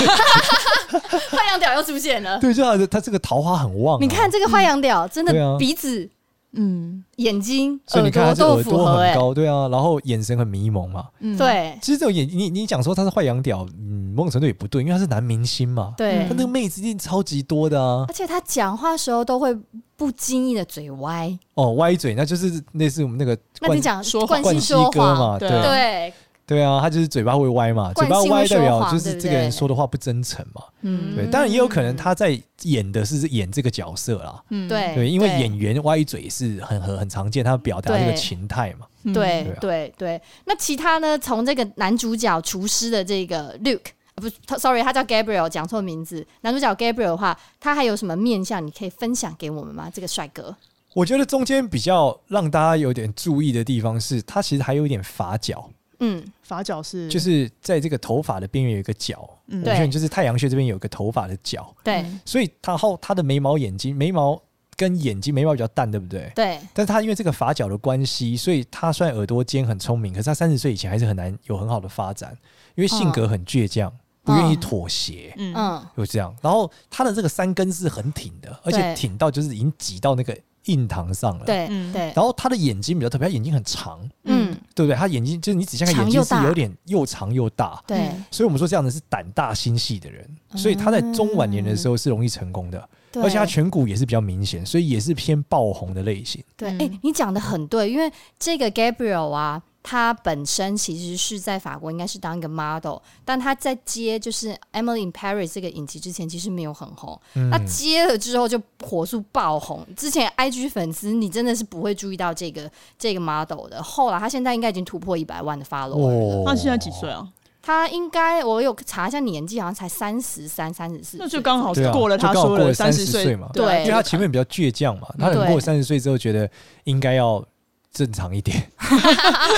[SPEAKER 2] 坏羊屌又出现了。
[SPEAKER 3] 对，就他的他这个桃花很旺、啊。
[SPEAKER 2] 你 看，这个坏羊屌，真
[SPEAKER 3] 对啊
[SPEAKER 2] 的鼻子、
[SPEAKER 1] 嗯
[SPEAKER 2] 眼睛、
[SPEAKER 3] 所以你看他
[SPEAKER 2] 朵
[SPEAKER 3] 是
[SPEAKER 2] 都
[SPEAKER 3] 耳
[SPEAKER 2] 符
[SPEAKER 3] 朵
[SPEAKER 2] 合
[SPEAKER 3] 很
[SPEAKER 2] 哎，
[SPEAKER 3] 高，对啊，然后眼神很迷蒙嘛。
[SPEAKER 1] 嗯，
[SPEAKER 2] 对
[SPEAKER 3] 其实这种眼你你讲说他是坏羊屌，嗯，某种程度也不对，因为他是男明星嘛，
[SPEAKER 2] 对
[SPEAKER 3] 他那，个妹子一定超级多的啊
[SPEAKER 2] 而。且他讲话时候都会不经意的嘴歪。
[SPEAKER 3] 哦，歪嘴，那就是类似我们那个
[SPEAKER 2] 那你
[SPEAKER 3] 冠
[SPEAKER 2] 讲
[SPEAKER 1] 说
[SPEAKER 2] 惯性
[SPEAKER 3] 冠希
[SPEAKER 2] 说
[SPEAKER 3] 哥
[SPEAKER 2] 谎，
[SPEAKER 3] 嘛，
[SPEAKER 1] 对
[SPEAKER 3] 对
[SPEAKER 1] 啊
[SPEAKER 2] 对，
[SPEAKER 3] 对啊，他就是嘴巴会歪嘛，嘴
[SPEAKER 2] 惯
[SPEAKER 3] 巴
[SPEAKER 2] 性
[SPEAKER 3] 歪
[SPEAKER 2] 会
[SPEAKER 3] 代
[SPEAKER 2] 说
[SPEAKER 3] 表
[SPEAKER 2] 谎
[SPEAKER 3] 就是
[SPEAKER 2] 对不
[SPEAKER 3] 这个人
[SPEAKER 2] 对
[SPEAKER 3] 说的话不真诚嘛。
[SPEAKER 1] 嗯
[SPEAKER 3] 对，当然也有可能他在演的是演这个角色啦。
[SPEAKER 1] 嗯
[SPEAKER 2] 对
[SPEAKER 3] 对，因为演员歪嘴是很很很常见，他表达这个
[SPEAKER 2] 对
[SPEAKER 3] 情态嘛。
[SPEAKER 1] 嗯
[SPEAKER 2] 对
[SPEAKER 3] 对啊
[SPEAKER 2] 对对，那其他呢？从这个男主角厨师的这个 Luke，、啊、不是他，sorry，他叫 Gabriel，讲错名字。男主角 Gabriel 的话，他还有什么面相你可以分享给我们吗？这个帅哥，
[SPEAKER 3] 我觉得中间比较让大家有点注意的地方是，他其实还有一点发角，
[SPEAKER 2] 嗯，
[SPEAKER 1] 发角是
[SPEAKER 3] 就是在这个头发的边缘有一个角，
[SPEAKER 1] 嗯
[SPEAKER 3] 我
[SPEAKER 2] 对
[SPEAKER 3] 们现就是太阳穴这边有一个头发的角，
[SPEAKER 2] 对、
[SPEAKER 1] 嗯
[SPEAKER 3] 所以他后他的眉毛、眼睛、眉毛跟眼睛眉毛比较淡，对不对？
[SPEAKER 2] 对，
[SPEAKER 3] 但是他因为这个发角的关系，所以他虽然耳朵尖很聪明，可是他三十岁以前还是很难有很好的发展，因为性格很倔强，不愿意妥协。
[SPEAKER 1] 嗯
[SPEAKER 2] 嗯，
[SPEAKER 3] 就这样，然后他的这个三根是很挺的，而且
[SPEAKER 2] 对
[SPEAKER 3] 挺到就是已经挤到那个印堂上了。
[SPEAKER 2] 对、
[SPEAKER 1] 嗯
[SPEAKER 2] 对，
[SPEAKER 3] 然后他的眼睛比较特别，他眼睛很长，
[SPEAKER 2] 嗯，
[SPEAKER 3] 对不对？他眼睛就是你仔细看，
[SPEAKER 2] 长
[SPEAKER 3] 眼睛
[SPEAKER 2] 又
[SPEAKER 3] 是
[SPEAKER 2] 大
[SPEAKER 3] 有点又长又大。
[SPEAKER 2] 对
[SPEAKER 1] 嗯
[SPEAKER 3] 所以我们说这样的是胆大心细的人，所以他在中晚年的时候是容易成功的，
[SPEAKER 2] 嗯对，
[SPEAKER 3] 而且他颧骨也是比较明显，所以也是偏爆红的类型。
[SPEAKER 2] 对，哎、
[SPEAKER 1] 嗯
[SPEAKER 2] 你讲的很对，因为这个 Gabriel 啊，他本身其实是在法国，应该是当一个 model，但他在接就是《Emily in Paris》这个影集之前，其实没有很红。
[SPEAKER 3] 嗯
[SPEAKER 2] 那接了之后就火速爆红，之前 IG 粉丝你真的是不会注意到这个这个 model 的。后来他现在应该已经突破一百万的 follow，、r
[SPEAKER 3] 哦
[SPEAKER 1] 他现在几岁？啊？
[SPEAKER 2] 他应该我有查一下年纪，好像才三十三、三十四，
[SPEAKER 1] 那就刚好
[SPEAKER 3] 对啊
[SPEAKER 1] 过了他
[SPEAKER 3] 就刚好
[SPEAKER 1] 说
[SPEAKER 3] 过
[SPEAKER 1] 了
[SPEAKER 3] 了
[SPEAKER 1] 三十
[SPEAKER 3] 30
[SPEAKER 1] 岁
[SPEAKER 3] 岁嘛
[SPEAKER 1] 啊
[SPEAKER 2] 对
[SPEAKER 3] 因为他前面比较倔强嘛，他
[SPEAKER 2] 对
[SPEAKER 3] 人过三十岁之后觉得应该要正常 一点，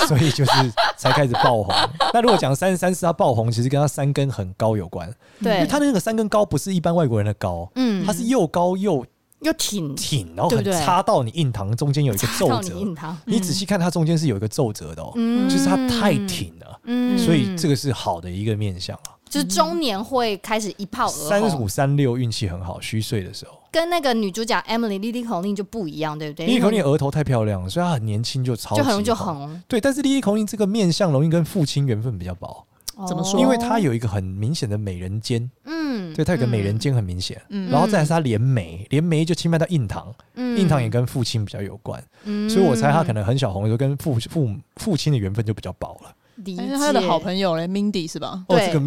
[SPEAKER 3] 所以就是才开始爆红。那如果讲三十三是他爆红，其实跟他三根很高有关，因为
[SPEAKER 2] 对，
[SPEAKER 3] 他的那个三根高不是一般外国人的高，
[SPEAKER 2] 嗯
[SPEAKER 3] 他是又高又
[SPEAKER 2] 又挺
[SPEAKER 3] 挺，然后
[SPEAKER 2] 对
[SPEAKER 3] 很
[SPEAKER 2] 不对
[SPEAKER 3] 插到你印堂中间有一个
[SPEAKER 2] 插
[SPEAKER 3] 皱
[SPEAKER 2] 到你
[SPEAKER 3] 褶
[SPEAKER 2] 印。堂，
[SPEAKER 3] 你仔细看，它中间 是有一个皱褶的哦，
[SPEAKER 2] 嗯
[SPEAKER 3] 就是它太挺了，
[SPEAKER 2] 嗯
[SPEAKER 3] 所以这个是好的一个面相啊。
[SPEAKER 2] 就是中年会开始一炮而
[SPEAKER 3] 三
[SPEAKER 2] 红，
[SPEAKER 3] 五三六运气很好，虚岁的时候，
[SPEAKER 2] 跟那个女主角 Emily 莉莉孔令就不一样，对不对？
[SPEAKER 3] 莉莉孔令额头太漂亮了，所以她很年轻就超
[SPEAKER 2] 就很容易
[SPEAKER 3] 级
[SPEAKER 2] 就
[SPEAKER 3] 红。
[SPEAKER 2] 红，
[SPEAKER 3] 对，但是莉莉孔令这个面相容易跟父亲缘分比较薄，
[SPEAKER 1] 怎么说
[SPEAKER 2] 哦
[SPEAKER 3] 因为她有一个很明显的美人尖，
[SPEAKER 2] 嗯，
[SPEAKER 3] 对，她有个美人
[SPEAKER 2] 嗯，
[SPEAKER 3] 尖很明显。
[SPEAKER 1] 嗯
[SPEAKER 3] 然后再来是她连眉，连眉就侵犯到印堂，
[SPEAKER 2] 嗯
[SPEAKER 3] 印堂也跟父亲比较有关，
[SPEAKER 2] 嗯
[SPEAKER 3] 所以我猜她可能很小红的时候跟父父母父亲的缘分就比较薄了。
[SPEAKER 2] 理
[SPEAKER 1] 哎
[SPEAKER 2] 解
[SPEAKER 1] 他的好朋友嘞，Mindy 是吧？
[SPEAKER 3] 哦，
[SPEAKER 2] 对
[SPEAKER 3] 这个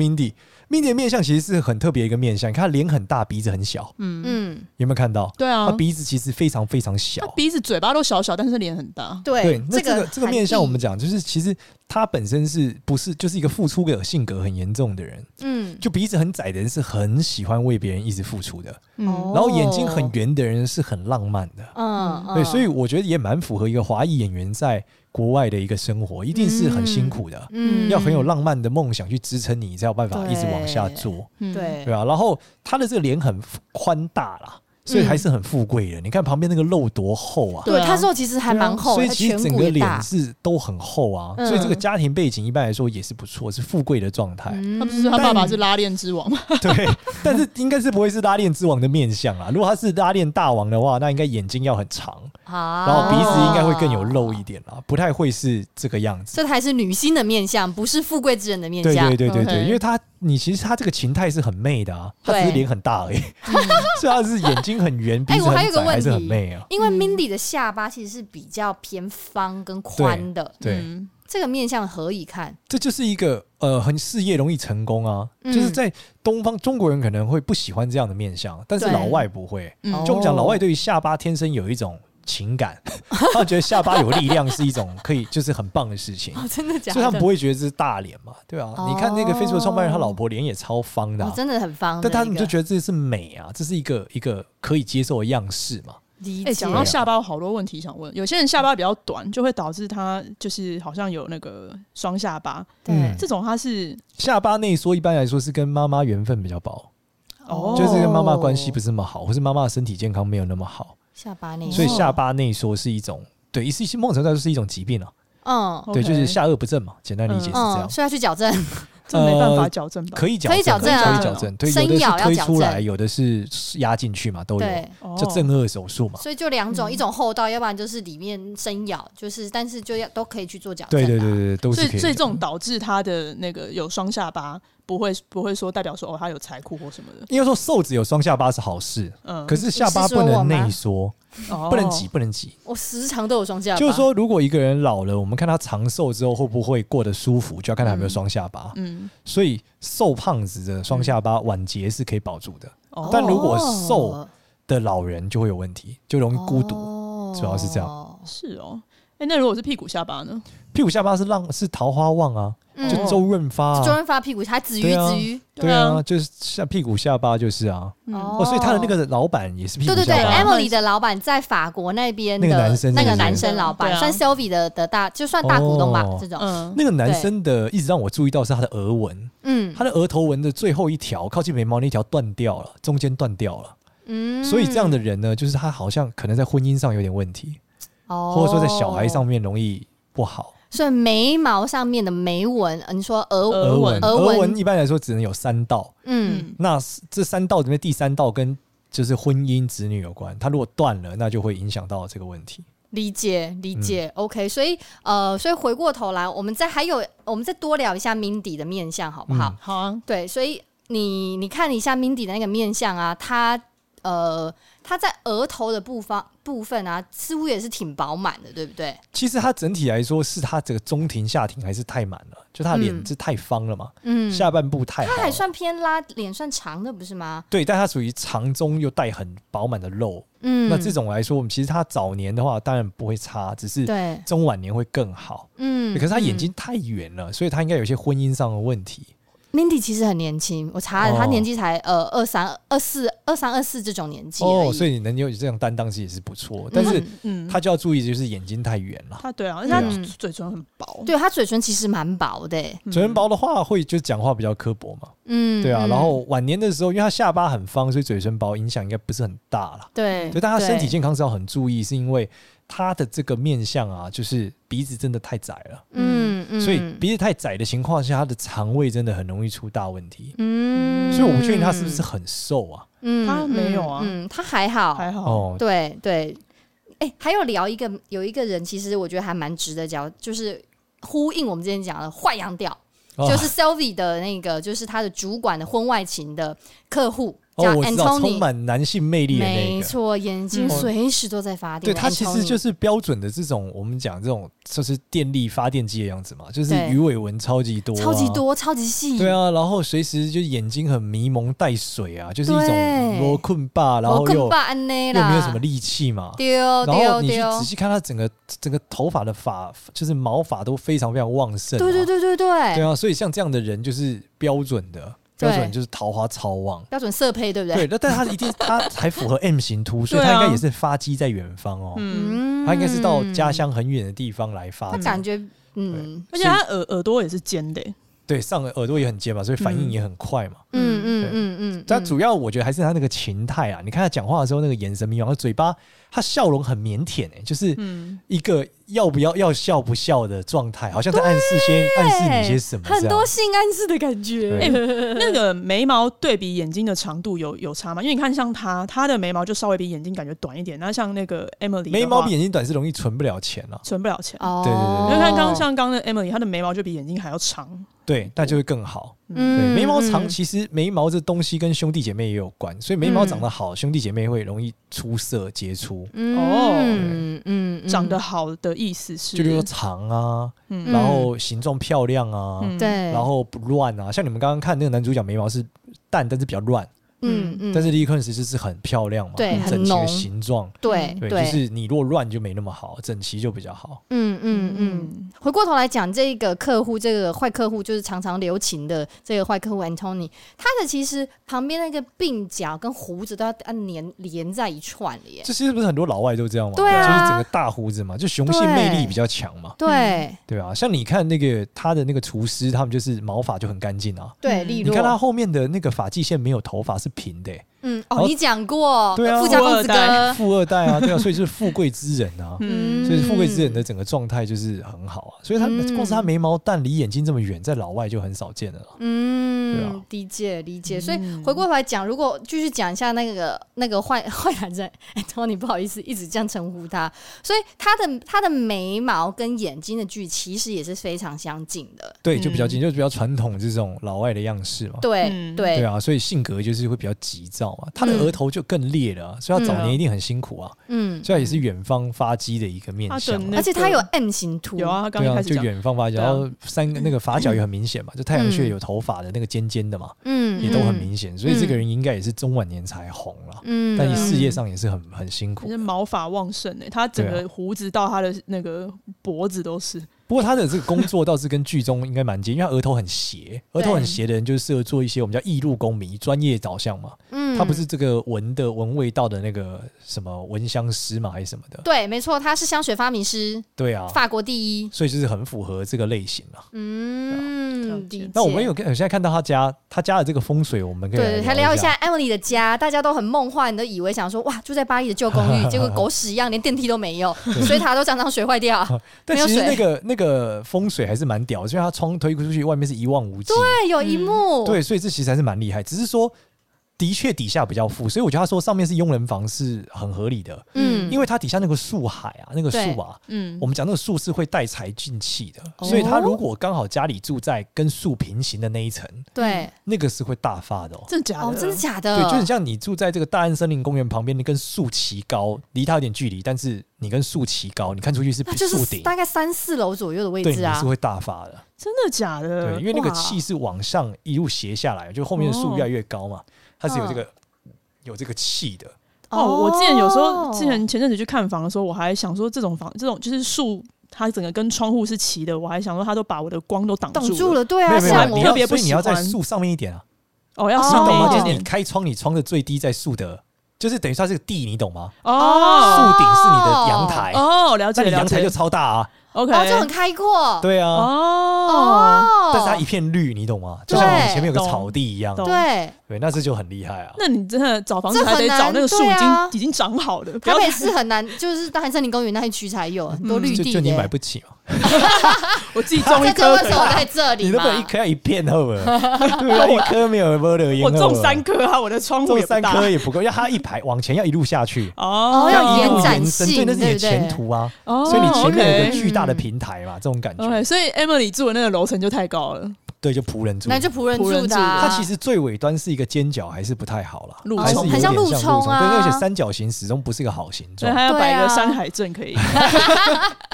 [SPEAKER 3] Mindy，Mindy 的面相其实是很特别一个面相，你看她脸很大，鼻子很小，
[SPEAKER 1] 嗯，
[SPEAKER 2] 嗯，
[SPEAKER 3] 有没有看到？
[SPEAKER 1] 对
[SPEAKER 3] 她
[SPEAKER 1] 啊，
[SPEAKER 3] 鼻子其实非常非常
[SPEAKER 1] 他
[SPEAKER 3] 小。
[SPEAKER 1] 鼻子、嘴巴都小小，但是脸很大。
[SPEAKER 2] 对，
[SPEAKER 3] 那这个
[SPEAKER 2] 个
[SPEAKER 3] 这个
[SPEAKER 2] 含
[SPEAKER 3] 面相，
[SPEAKER 2] 义
[SPEAKER 3] 我们讲就是，其实她本身是不是就是一个付出的性格很严重的人？
[SPEAKER 2] 嗯，
[SPEAKER 3] 就鼻子很窄的人是很喜欢为别人一直付出的，
[SPEAKER 1] 嗯，
[SPEAKER 3] 然后眼睛很圆的人是很浪漫的。
[SPEAKER 2] 嗯，哦嗯
[SPEAKER 3] 对，所以我觉得也蛮符合一个华裔演员在国外的一个生活，一定是很辛苦的，
[SPEAKER 2] 嗯
[SPEAKER 3] 要很有浪漫的梦想去支撑你，你才有办法一直往下做，
[SPEAKER 1] 嗯，
[SPEAKER 2] 对
[SPEAKER 3] 对啊，然后他的这个脸很宽大啦，所
[SPEAKER 2] 嗯
[SPEAKER 3] 以还是很富贵的。你看旁边那个肉多厚啊！
[SPEAKER 1] 对
[SPEAKER 2] 对，
[SPEAKER 1] 啊
[SPEAKER 2] 他肉其实还蛮厚
[SPEAKER 3] 所
[SPEAKER 2] 的，
[SPEAKER 3] 以
[SPEAKER 2] 他
[SPEAKER 3] 其实
[SPEAKER 2] 颧
[SPEAKER 3] 整
[SPEAKER 2] 骨
[SPEAKER 3] 个
[SPEAKER 2] 也
[SPEAKER 3] 脸
[SPEAKER 2] 大，
[SPEAKER 3] 是都很厚啊，
[SPEAKER 2] 嗯
[SPEAKER 3] 所以这个家庭背景一般来说也是不错，是富贵的状态。
[SPEAKER 2] 嗯
[SPEAKER 1] 他不是说他
[SPEAKER 3] 但
[SPEAKER 1] 爸爸是拉链之王吗？
[SPEAKER 3] 对，但是应该是不会是拉链之王的面相啊。如果他是拉链大王的话，那应该眼睛要很长，
[SPEAKER 2] 啊，
[SPEAKER 3] 然后鼻子应该会更有肉一点啦，不太会是这个样子。
[SPEAKER 2] 这才是女性的面相，不是富贵之人的面
[SPEAKER 3] 对
[SPEAKER 2] 相。
[SPEAKER 3] 对对对
[SPEAKER 1] OK
[SPEAKER 3] 对，因为他你其实他这个情态是很媚的啊，他只是
[SPEAKER 2] 对嗯
[SPEAKER 3] 脸很大而已，所以他是眼睛很圆，鼻
[SPEAKER 2] 哎
[SPEAKER 3] 子
[SPEAKER 2] 我还有一
[SPEAKER 3] 很
[SPEAKER 2] 个
[SPEAKER 3] 窄，还是
[SPEAKER 2] 问
[SPEAKER 3] 很
[SPEAKER 2] 题
[SPEAKER 3] 媚啊。
[SPEAKER 2] 因为 Mindy 的下巴其实是比较偏方跟宽的，
[SPEAKER 3] 对，
[SPEAKER 1] 嗯
[SPEAKER 2] 这个面相何以看？
[SPEAKER 3] 这就是一个呃，很事业容易成功啊，
[SPEAKER 2] 嗯
[SPEAKER 3] 就是在东方中国人可能会不喜欢这样的面相，但是
[SPEAKER 2] 对
[SPEAKER 3] 老外不会。
[SPEAKER 1] 嗯
[SPEAKER 2] 哦
[SPEAKER 3] 就我们讲，老外对于下巴天生有一种情感，
[SPEAKER 2] 哦
[SPEAKER 3] 他们觉得下巴有力量是一种可以就是很棒的事情，
[SPEAKER 2] 哦，真的假
[SPEAKER 3] 所以他们
[SPEAKER 2] 的？
[SPEAKER 3] 不会觉得这是大脸嘛，对啊。
[SPEAKER 2] 哦
[SPEAKER 3] 你看那个 Facebook 创办人，他老婆脸也超方的啊、
[SPEAKER 2] 哦，真的很方的
[SPEAKER 3] 但
[SPEAKER 2] 一个，
[SPEAKER 3] 他们就觉得这是美啊，这是一个一个可以接受的样式嘛。
[SPEAKER 2] 理
[SPEAKER 1] 哎，
[SPEAKER 2] 解
[SPEAKER 1] 讲到下巴，有好多问题想问。有些人下巴比较短，就会导致他就是好像有那个双下巴，
[SPEAKER 3] 嗯
[SPEAKER 2] 对
[SPEAKER 1] 这种他是
[SPEAKER 3] 下巴内缩一般来说是跟妈妈缘分比较薄，
[SPEAKER 1] 哦
[SPEAKER 3] 就是跟妈妈关系不是那么好，或是妈妈的身体健康没有那么好，
[SPEAKER 2] 下巴内，
[SPEAKER 3] 所以下巴内缩是一种。对，是是某种程度来说是一种疾病啊，
[SPEAKER 2] 嗯
[SPEAKER 1] OK
[SPEAKER 3] 对，就是下颚不正嘛，简单理解是这样
[SPEAKER 2] 嗯，，所以要去矫正，
[SPEAKER 1] 这没办法矫正吧？
[SPEAKER 3] 呃可以矫正，
[SPEAKER 2] 可以矫正
[SPEAKER 1] 啊
[SPEAKER 3] 可以矫正，对，
[SPEAKER 2] 伸
[SPEAKER 3] 有的
[SPEAKER 2] 咬
[SPEAKER 3] 是
[SPEAKER 2] 要
[SPEAKER 3] 推
[SPEAKER 2] 矫
[SPEAKER 3] 出来，
[SPEAKER 2] 正
[SPEAKER 3] 有的是压进去嘛，都有，
[SPEAKER 2] 对。哦
[SPEAKER 1] 哦
[SPEAKER 3] 叫正颚手术嘛，
[SPEAKER 2] 所以就两种，
[SPEAKER 1] 嗯
[SPEAKER 2] 一种厚道，要不然就是里面深咬，就是但是就要都可以去做矫正、
[SPEAKER 3] 对
[SPEAKER 2] 啊。
[SPEAKER 3] 对对对对，都
[SPEAKER 1] 所
[SPEAKER 3] 是
[SPEAKER 1] 以
[SPEAKER 3] 可以的。
[SPEAKER 1] 所以这种导致他的那个有双下巴，不会不会说代表说哦他有财库或什么的，
[SPEAKER 3] 应该说瘦子有双下巴是好事，
[SPEAKER 1] 嗯，
[SPEAKER 3] 可是下巴不能内缩，
[SPEAKER 1] 哦
[SPEAKER 3] 不能挤，不能挤。
[SPEAKER 2] 我时常都有双下巴，
[SPEAKER 3] 就是说，如果一个人老了，我们看他长寿之后会不会过得舒服，就要看他有没有双下巴。
[SPEAKER 1] 嗯，
[SPEAKER 3] 所以瘦胖子的双下巴晚节是可以保住的，
[SPEAKER 1] 哦
[SPEAKER 3] 但如果
[SPEAKER 2] 哦
[SPEAKER 3] 瘦的老人就会有问题，就容易孤独。
[SPEAKER 2] 独
[SPEAKER 3] 主要是这样
[SPEAKER 2] 样，
[SPEAKER 1] 是哦。哎，那如果是屁股下巴呢？
[SPEAKER 3] 屁股下巴是浪是桃花旺啊，
[SPEAKER 2] 嗯
[SPEAKER 3] 就周润发、啊。
[SPEAKER 2] 周润发屁股还子瑜
[SPEAKER 3] 对啊
[SPEAKER 2] 子瑜，
[SPEAKER 3] 对
[SPEAKER 1] 对
[SPEAKER 3] 啊，
[SPEAKER 1] 啊
[SPEAKER 3] 就是下屁股下巴就是啊，
[SPEAKER 1] 嗯，
[SPEAKER 3] 哦，所以他的那个老板也是屁股
[SPEAKER 2] 对对哎
[SPEAKER 3] 下
[SPEAKER 2] 对
[SPEAKER 3] 巴，
[SPEAKER 1] M-
[SPEAKER 2] ，Emily 的老板在法国那边的
[SPEAKER 3] 那个男生
[SPEAKER 2] 那个
[SPEAKER 3] 是不是
[SPEAKER 2] 男生老板
[SPEAKER 1] 对啊
[SPEAKER 2] 算 Sylvie 的的大，就算大股东吧
[SPEAKER 3] 哦，
[SPEAKER 2] 这种，
[SPEAKER 1] 嗯，
[SPEAKER 3] 那个男生的一直让我注意到是他的额纹，
[SPEAKER 2] 嗯
[SPEAKER 3] 他的额头纹的最后一条靠近眉毛那条断掉了，中间断掉了，
[SPEAKER 2] 嗯
[SPEAKER 3] 所以这样的人呢，就是他好像可能在婚姻上有点问题，
[SPEAKER 2] 哦
[SPEAKER 3] 或者说在小孩上，面容易不好。
[SPEAKER 2] 所以眉毛上面的眉纹，呃你说额
[SPEAKER 1] 呃
[SPEAKER 2] 纹，
[SPEAKER 1] 额纹
[SPEAKER 2] 额
[SPEAKER 3] 额
[SPEAKER 2] 纹
[SPEAKER 3] 纹一般来说只能有三道，
[SPEAKER 2] 嗯，
[SPEAKER 1] 嗯，
[SPEAKER 3] 那这三道里面第三道跟就是婚姻子女有关，他如果断了，那就会影响到这个问题。
[SPEAKER 2] 理
[SPEAKER 3] 嗯
[SPEAKER 2] 解理解，OK，所以呃，所以回过头来，我们再还有，我们再多聊一下 Mindy 的面相好不好？
[SPEAKER 3] 嗯
[SPEAKER 1] 好啊，
[SPEAKER 2] 对，所以你你看一下 Mindy 的那个面相啊，她呃，她在额头的部方部分啊，似乎也是挺饱满的，对不对？
[SPEAKER 3] 其实他整体来说是他这个中庭下庭还是太满了，就他的脸
[SPEAKER 2] 嗯
[SPEAKER 3] 是太方了嘛，
[SPEAKER 2] 嗯，
[SPEAKER 3] 下半部太好
[SPEAKER 2] 她
[SPEAKER 3] 了
[SPEAKER 2] 还算偏拉，脸算长的，不是吗？
[SPEAKER 3] 对，但他属于长中又带很饱满的肉，
[SPEAKER 2] 嗯，
[SPEAKER 3] 那这种来说，我们其实他早年的话当然不会差，只是
[SPEAKER 2] 对，
[SPEAKER 3] 中晚年会更好。
[SPEAKER 2] 嗯
[SPEAKER 3] 可是他眼睛太圆了，所以他应该有一些婚姻上的问题。
[SPEAKER 2] 嗯 Mindy 其实很年轻，我查了，她
[SPEAKER 3] 哦
[SPEAKER 2] 年纪才呃二三二四二三二四这种年纪而
[SPEAKER 3] 哦，
[SPEAKER 2] 已
[SPEAKER 3] 所以你能有这样担当其实也是不错，但是
[SPEAKER 2] 嗯
[SPEAKER 1] 嗯，
[SPEAKER 3] 他就要注意，就是眼睛太圆了。
[SPEAKER 1] 他对啊，而且
[SPEAKER 3] 对啊
[SPEAKER 1] 他嘴唇很薄，
[SPEAKER 2] 对她嘴唇其实蛮薄的欸，
[SPEAKER 1] 嗯，
[SPEAKER 3] 嘴唇薄的话，会就讲话比较刻薄嘛，
[SPEAKER 2] 嗯，
[SPEAKER 3] 对啊。
[SPEAKER 2] 嗯
[SPEAKER 3] 然后晚年的时候，因为他下巴很方，所以嘴唇薄影响应该不是很大啦。
[SPEAKER 2] 对，
[SPEAKER 3] 对，但他身体健康是要很注意，是因为他的这个面相啊，就是鼻子真的太窄了。
[SPEAKER 2] 嗯嗯嗯
[SPEAKER 3] 所以鼻子太窄的情况下，他的肠胃真的很容易出大问题。
[SPEAKER 2] 嗯
[SPEAKER 3] 所以我不确定他是不是很瘦啊。
[SPEAKER 2] 嗯
[SPEAKER 1] 他没有啊
[SPEAKER 2] 嗯，嗯他还好，
[SPEAKER 1] 还好。
[SPEAKER 3] 哦，
[SPEAKER 2] 对对，哎、还有聊一个有一个人，其实我觉得还蛮值得讲，就是呼应我们之前讲的坏羊调，
[SPEAKER 3] 哦
[SPEAKER 2] 就是 Sylvie 的那个，就是他的主管的婚外情的客户叫
[SPEAKER 3] 哦，我知道，充
[SPEAKER 2] Antony，、
[SPEAKER 3] 满男性魅力的那
[SPEAKER 2] 没
[SPEAKER 3] 个。哦
[SPEAKER 2] 错，眼睛
[SPEAKER 1] 嗯
[SPEAKER 2] 随时都在发电、
[SPEAKER 3] 对，它其实就是是标准的这种我们讲这种就是电力发电机的样子嘛，就是
[SPEAKER 2] 对
[SPEAKER 3] 鱼尾纹超级多、啊
[SPEAKER 2] 超级。多，超级细，
[SPEAKER 3] 对啊，然后随时就眼睛很迷蒙带水啊，就是一种
[SPEAKER 2] 对
[SPEAKER 3] 罗困霸，然后
[SPEAKER 2] 我
[SPEAKER 3] 又
[SPEAKER 2] 更霸安内
[SPEAKER 3] 又
[SPEAKER 2] 啦，
[SPEAKER 3] 没有什么力气嘛。
[SPEAKER 2] 丢
[SPEAKER 3] 然后
[SPEAKER 2] 丢
[SPEAKER 3] 你去
[SPEAKER 2] 丢
[SPEAKER 3] 仔，细看他整个整个头发的发，就是毛发都非常非常旺盛、啊。
[SPEAKER 2] 对对对对对，
[SPEAKER 3] 对啊，所以像这样的人就是标准的，
[SPEAKER 2] 对
[SPEAKER 3] 标准就是桃花超旺。
[SPEAKER 2] 标准色胚对不对？
[SPEAKER 3] 对，那但他一定 他还符合 M 型秃，所以
[SPEAKER 1] 对
[SPEAKER 3] 他
[SPEAKER 1] 啊
[SPEAKER 3] 应该也是发迹在远方哦。
[SPEAKER 1] 嗯，
[SPEAKER 2] 嗯
[SPEAKER 3] 他应该是到家，乡很远的地方来发
[SPEAKER 2] 他
[SPEAKER 3] 展
[SPEAKER 2] 感，觉嗯
[SPEAKER 1] 而且他耳耳朵也是尖的欸、
[SPEAKER 3] 对，上了耳朵也很尖嘛，所以反应也很快嘛。
[SPEAKER 2] 嗯嗯
[SPEAKER 3] 对
[SPEAKER 2] 嗯嗯，
[SPEAKER 3] 但
[SPEAKER 2] 嗯
[SPEAKER 3] 主要我觉得还是他那个情态啊，你看他讲话的时候那个眼神迷茫，他嘴巴他笑容很腼腆哎、就是
[SPEAKER 1] 嗯，
[SPEAKER 3] 一个要不要要笑不笑的状态，好像在暗示些暗示你些什么这样。
[SPEAKER 2] 很多性暗示的感觉。
[SPEAKER 3] 对
[SPEAKER 1] 那个眉毛对比眼睛的长度有有差吗？因为你看像他，他的眉毛就稍微比眼睛感觉短一点，那像那个 Emily
[SPEAKER 3] 眉毛比眼睛短是容易存不了钱啊，
[SPEAKER 1] 存不了钱。
[SPEAKER 2] 哦
[SPEAKER 3] 对对
[SPEAKER 1] 你
[SPEAKER 3] 对
[SPEAKER 1] 看刚刚像刚刚的 Emily，她的眉毛就比眼睛还要长。
[SPEAKER 3] 对，那就会更好。对，
[SPEAKER 2] 嗯
[SPEAKER 3] 眉毛长，
[SPEAKER 2] 嗯
[SPEAKER 3] 其实眉毛这东西跟兄弟姐妹也有关，所以眉毛长得好，兄弟姐妹会容易出色杰出。
[SPEAKER 2] 嗯
[SPEAKER 1] 哦
[SPEAKER 2] 嗯嗯
[SPEAKER 1] 长得好的意思是，
[SPEAKER 3] 就比如说长啊，
[SPEAKER 1] 嗯
[SPEAKER 3] 然后形状漂亮啊，
[SPEAKER 1] 嗯
[SPEAKER 2] 对，
[SPEAKER 3] 然后不乱啊。像你们刚刚看那个男主角眉毛是淡，但是比较乱，
[SPEAKER 2] 嗯嗯，
[SPEAKER 3] 但是利克恩斯就是很漂亮嘛，
[SPEAKER 2] 对很
[SPEAKER 3] 很整齐的
[SPEAKER 2] 浓
[SPEAKER 3] 形状。
[SPEAKER 2] 对
[SPEAKER 3] 对，就是你若乱就没那么好，整齐就比较好。
[SPEAKER 2] 嗯嗯嗯。
[SPEAKER 1] 嗯
[SPEAKER 2] 回过头来讲，这个客户，这个坏客户，就是常常留情的这个坏客户 Antony，他的其实旁边那个鬓角跟胡子都要按连连在一串了耶。
[SPEAKER 3] 这其实不是很多老外都这样吗？
[SPEAKER 2] 对啊
[SPEAKER 3] 就是整个大胡子嘛，就雄性魅力比较强嘛，
[SPEAKER 2] 对
[SPEAKER 3] 对啊。像你看那个他的那个厨师，他们就是毛发就很干净啊。
[SPEAKER 2] 对，
[SPEAKER 1] 嗯
[SPEAKER 2] 利
[SPEAKER 3] 你看他
[SPEAKER 2] 落。
[SPEAKER 3] 后面的那个发际线没有头发是平的、欸
[SPEAKER 2] 嗯，
[SPEAKER 3] 然
[SPEAKER 2] 哦，
[SPEAKER 3] 后
[SPEAKER 2] 你讲过，
[SPEAKER 3] 对啊
[SPEAKER 2] 富家公子
[SPEAKER 1] 富二
[SPEAKER 2] 哥，
[SPEAKER 3] 富二代啊，对啊，所以就是富贵之人 啊，
[SPEAKER 1] 嗯，
[SPEAKER 3] 所以富贵之人的整个状态就是很好啊。所以他
[SPEAKER 2] 嗯
[SPEAKER 3] 光是他眉毛淡离眼睛这么远，在老外就很少见了啦。对
[SPEAKER 2] 嗯
[SPEAKER 3] 啊，
[SPEAKER 2] 理解理解。所以
[SPEAKER 1] 嗯
[SPEAKER 2] 回过头来讲，如果继续讲一下那个那个坏 坏男人、哎 Tony，不好意思，一直这样称呼他。所以他的他的眉毛跟眼睛的距离其实也是非常相近的。
[SPEAKER 3] 对，就比较近，就比较传统这种老外的样式嘛。
[SPEAKER 2] 嗯对、
[SPEAKER 1] 嗯
[SPEAKER 2] 对，
[SPEAKER 3] 对啊，所以性格就是会比较急躁嘛。他的额头就更裂了啊、所以他早年一定很辛苦啊。
[SPEAKER 2] 嗯，
[SPEAKER 3] 这也是远方发机的一个面向
[SPEAKER 1] 他的
[SPEAKER 3] 啊。
[SPEAKER 1] 那
[SPEAKER 2] 而且他有 M 型图，
[SPEAKER 1] 有啊，他刚刚
[SPEAKER 3] 对
[SPEAKER 1] 一
[SPEAKER 3] 啊，
[SPEAKER 1] 开始
[SPEAKER 3] 就
[SPEAKER 1] 讲，
[SPEAKER 3] 远方发机，
[SPEAKER 1] 对啊
[SPEAKER 3] 然后三个那个发角也很明显嘛，就太阳穴有头发的那个尖尖的嘛，
[SPEAKER 2] 嗯，嗯，
[SPEAKER 3] 也都很明显，所以这个人应该也是中晚年才红了，
[SPEAKER 2] 嗯，嗯，
[SPEAKER 3] 但你
[SPEAKER 1] 是
[SPEAKER 3] 事业上也是很很辛
[SPEAKER 1] 可
[SPEAKER 3] 苦
[SPEAKER 1] 是。毛发旺盛诶、他整
[SPEAKER 3] 对啊
[SPEAKER 1] 个胡子到他的那个脖子都是。
[SPEAKER 3] 不过他的这个工作倒是跟剧中应该蛮接近，因为他额头很斜，额头很斜的人就适合做一些我们叫异路公民，专业导向嘛。
[SPEAKER 2] 嗯，
[SPEAKER 3] 他不是这个闻的闻味道的那个什么闻香师嘛，还是什么的？
[SPEAKER 2] 对，没错，他是香水发明师，
[SPEAKER 3] 对啊，
[SPEAKER 2] 法国第一，
[SPEAKER 3] 所以就是很符合这个类型啊。
[SPEAKER 1] 对啊
[SPEAKER 2] 嗯，理解
[SPEAKER 3] 那我们有呃看，我现在看到他家，他家的这个风水，我们可以
[SPEAKER 2] 对，还
[SPEAKER 3] 来
[SPEAKER 2] 聊
[SPEAKER 3] 聊
[SPEAKER 2] 一下。Emily 的家，大家都很梦幻，你都以为想说哇，住在巴黎的旧公寓，结果狗屎一样，连电梯都没有， 水塔都常常水坏掉。哎
[SPEAKER 3] 但
[SPEAKER 2] 没有
[SPEAKER 3] 其实
[SPEAKER 2] 水
[SPEAKER 3] 那个那个风水还是蛮屌的，所以他窗推出去，外面是一望无际。
[SPEAKER 2] 对，有一幕，
[SPEAKER 3] 对，所以这其实还是蛮厉害。只是说，的确底下比较富，所以我觉得他说上面是佣人房是很合理的，
[SPEAKER 2] 嗯，
[SPEAKER 3] 因为他底下那个树海啊，那个树啊，
[SPEAKER 1] 嗯
[SPEAKER 3] 我们讲那个树是会带财进气的，
[SPEAKER 2] 哦
[SPEAKER 3] 所以他如果刚好家里住在跟树平行的那一层，
[SPEAKER 2] 对，
[SPEAKER 3] 那个是会大发的哦。
[SPEAKER 1] 真的假的？
[SPEAKER 2] 哦，真的假的？
[SPEAKER 3] 对，就很像你住在这个大安森林公园旁边，你跟树齐高，离它有点距离，但是你跟树齐高，你看出去是
[SPEAKER 2] 那就
[SPEAKER 3] 树
[SPEAKER 2] 是
[SPEAKER 3] 顶，
[SPEAKER 2] 大概三四楼左右的位
[SPEAKER 3] 对，你
[SPEAKER 2] 置
[SPEAKER 3] 们
[SPEAKER 2] 啊
[SPEAKER 3] 是。会大发的。
[SPEAKER 1] 真的假
[SPEAKER 3] 对，
[SPEAKER 1] 的
[SPEAKER 3] 因？为那个
[SPEAKER 2] 哇
[SPEAKER 3] 气是往上一路斜下来，就后面的树
[SPEAKER 1] 哦
[SPEAKER 3] 越来越高嘛，它是有这个、
[SPEAKER 2] 嗯
[SPEAKER 3] 有这个气的。
[SPEAKER 1] 哦，我之前有时候之前前阵子去看房的时候，我还想说这种房这种就是树，它整个跟窗户是齐的，我还想说它都把我的光都挡
[SPEAKER 2] 挡
[SPEAKER 1] 住
[SPEAKER 2] 住了，对啊，
[SPEAKER 3] 没有没有
[SPEAKER 2] 像
[SPEAKER 3] 没有，你
[SPEAKER 1] 特
[SPEAKER 3] 要
[SPEAKER 2] 我，
[SPEAKER 1] 别不
[SPEAKER 3] 所以你要
[SPEAKER 1] 喜欢
[SPEAKER 3] 在树上面一点啊，
[SPEAKER 1] 哦，要
[SPEAKER 2] 哦
[SPEAKER 1] 上
[SPEAKER 3] 你懂吗？
[SPEAKER 1] 面
[SPEAKER 3] 就
[SPEAKER 1] 一
[SPEAKER 3] 是你
[SPEAKER 1] 点点
[SPEAKER 3] 开窗，你窗的最低在树的，就是等于它是个地，你懂吗？树
[SPEAKER 1] 哦
[SPEAKER 3] 顶是你的阳台，
[SPEAKER 1] 哦，了
[SPEAKER 3] 那
[SPEAKER 1] 解
[SPEAKER 3] 你
[SPEAKER 1] 了
[SPEAKER 3] 阳台就
[SPEAKER 1] 解
[SPEAKER 3] 超大啊，
[SPEAKER 1] ，OK，
[SPEAKER 2] 哦，就很开阔，
[SPEAKER 3] 对啊。
[SPEAKER 1] 哦，
[SPEAKER 2] 哦，
[SPEAKER 3] 但是它一片绿，你懂吗？就像我们
[SPEAKER 2] 对
[SPEAKER 3] 前面有个
[SPEAKER 1] 懂
[SPEAKER 3] 草地一样，
[SPEAKER 1] 懂
[SPEAKER 2] 对，
[SPEAKER 3] 对，那这就很厉害啊。
[SPEAKER 1] 那你真的找房
[SPEAKER 2] 这
[SPEAKER 1] 子还
[SPEAKER 2] 很
[SPEAKER 1] 得
[SPEAKER 2] 难
[SPEAKER 1] 找那个树
[SPEAKER 2] 对
[SPEAKER 1] 已
[SPEAKER 2] 啊
[SPEAKER 1] 经已经长好的，不
[SPEAKER 2] 台
[SPEAKER 1] 要
[SPEAKER 2] 北市很难，就是大安森林公园那一区才有很多绿
[SPEAKER 3] 就
[SPEAKER 2] 地
[SPEAKER 3] 就你
[SPEAKER 2] 耶
[SPEAKER 3] 买不起嘛，
[SPEAKER 1] 我自己种一
[SPEAKER 2] 这就
[SPEAKER 1] 颗
[SPEAKER 2] 为
[SPEAKER 1] 可
[SPEAKER 2] 什
[SPEAKER 1] 以
[SPEAKER 2] 么在这里
[SPEAKER 3] 你那
[SPEAKER 2] 嘛
[SPEAKER 3] 本一？颗要一片 好不好？对啊，一颗没有没得赢。
[SPEAKER 1] 我种三，颗啊，我的窗户
[SPEAKER 3] 种
[SPEAKER 1] 也不
[SPEAKER 3] 三
[SPEAKER 1] 大
[SPEAKER 3] 颗。也不够，要它一排往前要一路下去，
[SPEAKER 1] 哦
[SPEAKER 2] 哦 要
[SPEAKER 3] 一路
[SPEAKER 2] 延展
[SPEAKER 3] 延伸，对，
[SPEAKER 2] 性
[SPEAKER 3] 那是你
[SPEAKER 2] 对
[SPEAKER 3] 的
[SPEAKER 2] 不对哦
[SPEAKER 3] 前途啊。
[SPEAKER 1] 哦
[SPEAKER 3] 所以你前面有个
[SPEAKER 1] OK
[SPEAKER 3] 巨大的平台嘛，这种感觉，
[SPEAKER 1] OK，所以 Emily 住的那个楼层就太高了，
[SPEAKER 3] 对，就仆人住。
[SPEAKER 2] 那就仆人
[SPEAKER 1] 仆人
[SPEAKER 2] 住的
[SPEAKER 1] 住
[SPEAKER 2] 啊。
[SPEAKER 3] 它其实最尾端是一个尖角，还是不太好啦，
[SPEAKER 1] 路
[SPEAKER 3] 还是
[SPEAKER 1] 冲
[SPEAKER 3] 有
[SPEAKER 2] 很
[SPEAKER 3] 点
[SPEAKER 2] 像
[SPEAKER 3] 像
[SPEAKER 2] 路
[SPEAKER 3] 冲
[SPEAKER 2] 冲啊
[SPEAKER 3] 对，而且三角形始终不是一个好形
[SPEAKER 1] 所以
[SPEAKER 3] 状。
[SPEAKER 1] 他要摆一个
[SPEAKER 2] 对啊
[SPEAKER 1] 山海镇 可以。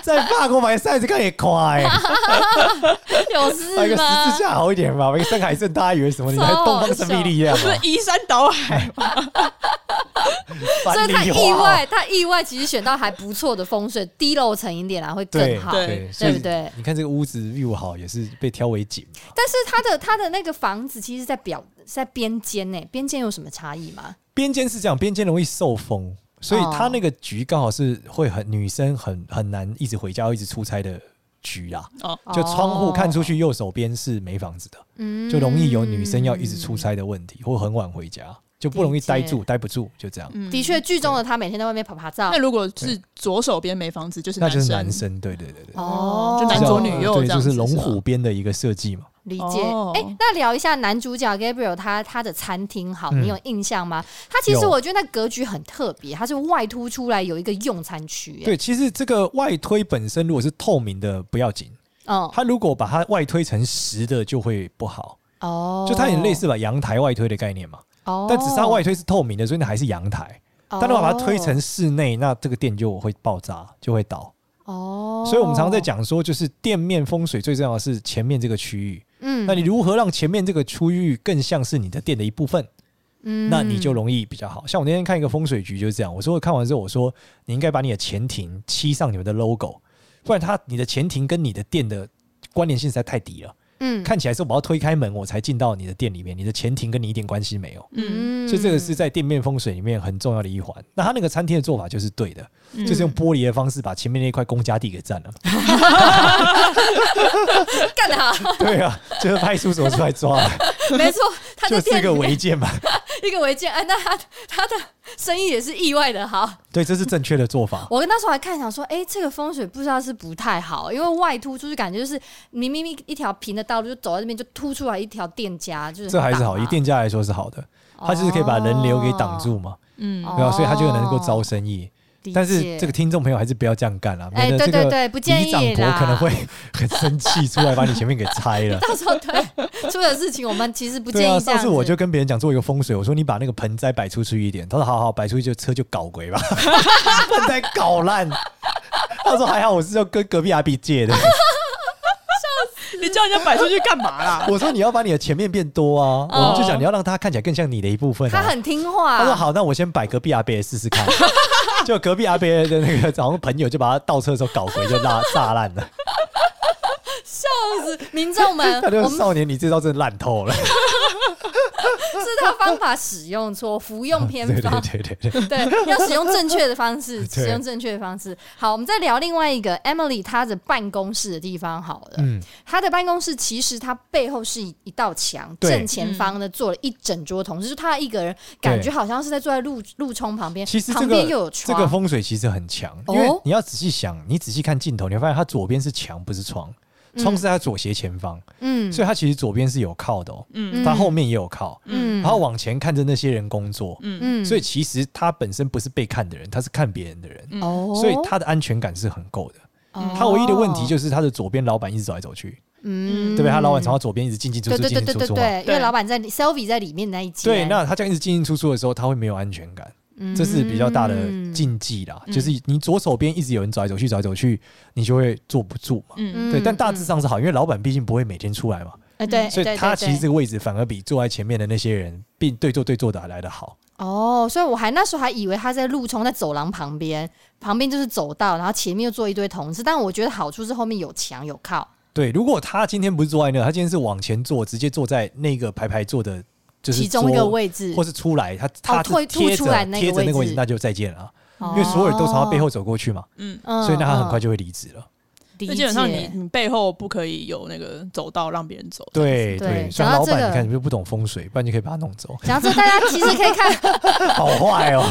[SPEAKER 3] 在法国买扇子看也 快，
[SPEAKER 2] 有
[SPEAKER 3] 买
[SPEAKER 2] 事
[SPEAKER 3] 个十
[SPEAKER 2] 吗
[SPEAKER 3] 字？架好一点吧，买个山海镇，大家以为什么？你还
[SPEAKER 2] 超好
[SPEAKER 3] 东方神秘力量啊
[SPEAKER 1] 不是移山倒海吗？
[SPEAKER 2] 所
[SPEAKER 3] 樊
[SPEAKER 2] 以他
[SPEAKER 3] 梨
[SPEAKER 2] 意
[SPEAKER 3] 花
[SPEAKER 2] 外，他意外其实选到还不错的风水，低楼层一点啦啊会
[SPEAKER 3] 对
[SPEAKER 2] 更好。
[SPEAKER 1] 对
[SPEAKER 3] 所以
[SPEAKER 2] 对不对
[SPEAKER 3] 你看这个屋子 view 好，也是被挑为景嘛。
[SPEAKER 2] 但是他的他的那个房子其实在表在边间呢，边间有什么差异吗？
[SPEAKER 3] 边间是这样，边间容易受风，所以它那个局刚好是会很女生很很难一直回家，一直出差的局啊。
[SPEAKER 1] 哦，
[SPEAKER 3] 就窗户看出去，右手边是没房子的，
[SPEAKER 2] 嗯
[SPEAKER 3] 就容易有女生要一直出。差的问题，或很晚回家，就不容易待
[SPEAKER 2] 理
[SPEAKER 3] 住，
[SPEAKER 2] 解
[SPEAKER 3] 待不住，就这样。
[SPEAKER 1] 嗯
[SPEAKER 2] 的确，剧中的他每天在外面拍拍照
[SPEAKER 1] 那，如果是左手边没房子，就是
[SPEAKER 3] 那就是
[SPEAKER 1] 生
[SPEAKER 3] 男生，对对对对，
[SPEAKER 2] 哦，
[SPEAKER 1] 就男左女右这
[SPEAKER 3] 对，就
[SPEAKER 1] 样子
[SPEAKER 3] 是龙
[SPEAKER 1] 是吧
[SPEAKER 3] 虎边的一个设计嘛。
[SPEAKER 2] 理解。
[SPEAKER 1] 哦
[SPEAKER 2] 哎、那聊一下男主角 Gabriel 他他的餐厅好，
[SPEAKER 3] 嗯
[SPEAKER 2] 你有印象吗？他其实
[SPEAKER 3] 有
[SPEAKER 2] 我觉得那格局很特别，它是外凸出来有一个用餐区、哎，
[SPEAKER 3] 对，其实这个外推本身如果是透明的不要紧，
[SPEAKER 2] 嗯，
[SPEAKER 3] 它如果把它外推成实的就会不好，
[SPEAKER 2] 哦，
[SPEAKER 3] 就它有点类似把阳台外推的概念嘛。
[SPEAKER 2] 哦，
[SPEAKER 3] 但只是它外推是透明的，所以那还是阳台。
[SPEAKER 2] 哦，
[SPEAKER 3] 但如果把它推成室内，那这个店就会爆炸，就会倒。
[SPEAKER 2] 哦，
[SPEAKER 3] 所以我们常常在，讲说，就是店面风水最重要的是前面这个区域。
[SPEAKER 2] 嗯
[SPEAKER 3] 那你如何让前面这个区域更像是你的店的一部分？
[SPEAKER 2] 嗯
[SPEAKER 3] 那你就容易比较好。像我那天看一个风水局就是这样，我说我看完之后我说，你应该把你的前庭漆上你们的 logo，不然它你的前庭跟你的店的关联性实在太低了，
[SPEAKER 2] 嗯
[SPEAKER 3] 看起来是我要推开门我才进到你的店里面，你的前庭跟你一点关系没有。
[SPEAKER 1] 嗯，
[SPEAKER 3] 所以这个是在店面风水里面很重要的一环。那他那个餐厅的做法就是对的，
[SPEAKER 1] 嗯
[SPEAKER 3] 就是用玻璃的方式把前面那一块公家地给 占了。
[SPEAKER 2] 干得好，
[SPEAKER 3] 对啊，就是派出所出来抓，
[SPEAKER 1] 嗯
[SPEAKER 2] 没错， 他
[SPEAKER 3] 就
[SPEAKER 2] 的
[SPEAKER 3] 是
[SPEAKER 2] 店
[SPEAKER 3] 个
[SPEAKER 2] 里面
[SPEAKER 3] 违建嘛。
[SPEAKER 2] 一个违建，哎，那他他的生意也是意外的好。
[SPEAKER 3] 对，这是正确的做法。
[SPEAKER 2] 我那时候还看想说，哎、这个风水不知道是不太好，因为外突出去感觉就是明明一一条平的道路，就走在那边就突出来一条店家，就是很
[SPEAKER 3] 这还是好，
[SPEAKER 2] 挡啊
[SPEAKER 3] 以店家来说是好的，它就是可以把人流给挡住嘛，
[SPEAKER 1] 嗯
[SPEAKER 2] 哦
[SPEAKER 3] 对吧、所以它就能够招生意。
[SPEAKER 2] 理解
[SPEAKER 3] 但是这个听众朋友还是不要这样干了，
[SPEAKER 2] 哎
[SPEAKER 3] 免得
[SPEAKER 2] 对
[SPEAKER 3] 这个
[SPEAKER 2] 对对不建
[SPEAKER 3] 里
[SPEAKER 2] 议
[SPEAKER 3] 长伯
[SPEAKER 2] 啦。
[SPEAKER 3] 可能会很生气，出来把你前面给拆 了
[SPEAKER 2] 到时候对出了事情，我们其实不建
[SPEAKER 3] 对
[SPEAKER 2] 议这
[SPEAKER 3] 啊，
[SPEAKER 2] 样子。
[SPEAKER 3] 上次我就跟别人讲做一个风水，我说你把那个盆栽摆出去一点，他说好好摆出去就车就搞鬼吧， 盆栽搞烂。他说还好我是要跟隔壁阿碧借 的，
[SPEAKER 1] 你叫人家摆出去干嘛啦？
[SPEAKER 3] 我说你要把你的前面变多啊，我们就讲你要让它看起来更像你的一部分、啊。
[SPEAKER 2] 他很听话，
[SPEAKER 3] 他说好，那我先摆隔壁阿伯试试 看。就隔壁阿伯的那个好像朋友就把他倒车的时候搞鬼，就拉炸烂了。
[SPEAKER 2] 就是民众们，
[SPEAKER 3] 他就
[SPEAKER 2] 我
[SPEAKER 3] 说
[SPEAKER 2] 们
[SPEAKER 3] 少年，你这招真的烂透了。
[SPEAKER 2] 是他方法使用错，服用偏
[SPEAKER 3] 对对
[SPEAKER 2] 方。
[SPEAKER 3] 对对对，
[SPEAKER 2] 对，要使用正确的方式，
[SPEAKER 3] 对
[SPEAKER 2] 使用正确的方式。好，我们再聊另外一个 Emily 她的办公室的地方好了。
[SPEAKER 3] 嗯，
[SPEAKER 2] 她的办公室其实她背后是一道墙，
[SPEAKER 3] 对
[SPEAKER 2] 正前方呢坐了一整桌同事，就她一个人，感觉好像是在坐在路路冲旁边，
[SPEAKER 3] 其实这
[SPEAKER 2] 旁边又
[SPEAKER 3] 个
[SPEAKER 2] 有
[SPEAKER 3] 这
[SPEAKER 2] 窗。
[SPEAKER 3] 个风水其实很强，
[SPEAKER 2] 哦
[SPEAKER 3] 因为你要仔细想，你仔细看镜头，你会发现它左边是墙，不是窗，窗是在它左斜前方，
[SPEAKER 2] 嗯
[SPEAKER 3] 所以它其实左边是有靠的哦，
[SPEAKER 1] 嗯
[SPEAKER 3] 它后面也有靠，
[SPEAKER 2] 嗯
[SPEAKER 3] 然后往前看着那些人工作，
[SPEAKER 1] 嗯
[SPEAKER 2] 嗯
[SPEAKER 3] 所以其实他本身不是被看的人，他是看别人的人，
[SPEAKER 1] 嗯
[SPEAKER 2] 哦，
[SPEAKER 3] 所以他的安全感是很够的。
[SPEAKER 2] 哦
[SPEAKER 3] 他唯一的问题就是他的左边老板一直走来走去，
[SPEAKER 2] 嗯
[SPEAKER 3] 对不对？他老板从他左边一直进进出
[SPEAKER 2] 对
[SPEAKER 3] 出，
[SPEAKER 2] 对
[SPEAKER 3] 进
[SPEAKER 2] 对对
[SPEAKER 3] 进出
[SPEAKER 2] 对
[SPEAKER 3] 出嘛。
[SPEAKER 2] 对，因为老板在 Selfie 在里面那一间，
[SPEAKER 3] 对，那他这样一直进进出出的时候，他会没有安全感，
[SPEAKER 2] 嗯
[SPEAKER 3] 这是比较大的禁忌啦。就是你左手边一直有人走来走去，走来走去，你就会坐不住嘛。
[SPEAKER 1] 嗯
[SPEAKER 2] 嗯
[SPEAKER 3] 对，但大致
[SPEAKER 2] 嗯
[SPEAKER 3] 上是好，因为老板毕竟不会每天出来嘛，
[SPEAKER 2] 哎对，
[SPEAKER 3] 所
[SPEAKER 2] 对
[SPEAKER 3] 以他
[SPEAKER 2] 对
[SPEAKER 3] 其实
[SPEAKER 2] 对
[SPEAKER 3] 这个位置反而比坐在前面的那些人，并对坐对坐的还来的好。
[SPEAKER 2] 哦，所以我还那时候还以为他在路冲，在走廊旁边，旁边就是走道，然后前面又坐一堆同事。但我觉得好处是后面有墙有靠，
[SPEAKER 3] 对，如果他今天不是坐在那，他今天是往前坐，直接坐在那个排排坐的，就是
[SPEAKER 2] 其中一个
[SPEAKER 3] 桌
[SPEAKER 2] 位置
[SPEAKER 3] 或是出来，他他
[SPEAKER 2] 退
[SPEAKER 3] 是贴
[SPEAKER 2] 退出来
[SPEAKER 3] 着
[SPEAKER 2] 那个
[SPEAKER 3] 贴着那个
[SPEAKER 2] 位
[SPEAKER 3] 位
[SPEAKER 2] 置
[SPEAKER 3] 置，那就再见了啊，
[SPEAKER 2] 哦
[SPEAKER 3] 因为所有人都朝他背后走过去嘛，
[SPEAKER 1] 嗯，
[SPEAKER 2] 嗯
[SPEAKER 3] 所以那他很快
[SPEAKER 2] 嗯
[SPEAKER 3] 就会离职了。
[SPEAKER 2] 理
[SPEAKER 1] 那
[SPEAKER 2] 解。
[SPEAKER 1] 基本上你你背后不可以有那个走道让别人走。
[SPEAKER 3] 对
[SPEAKER 2] 对
[SPEAKER 3] 对，
[SPEAKER 2] 讲
[SPEAKER 3] 像
[SPEAKER 2] 到
[SPEAKER 3] 老
[SPEAKER 2] 这
[SPEAKER 3] 板，
[SPEAKER 2] 个，
[SPEAKER 3] 你看你就不懂风水，不然就可以把他弄走
[SPEAKER 2] 讲到这，大家其实可以看
[SPEAKER 3] 好坏哦。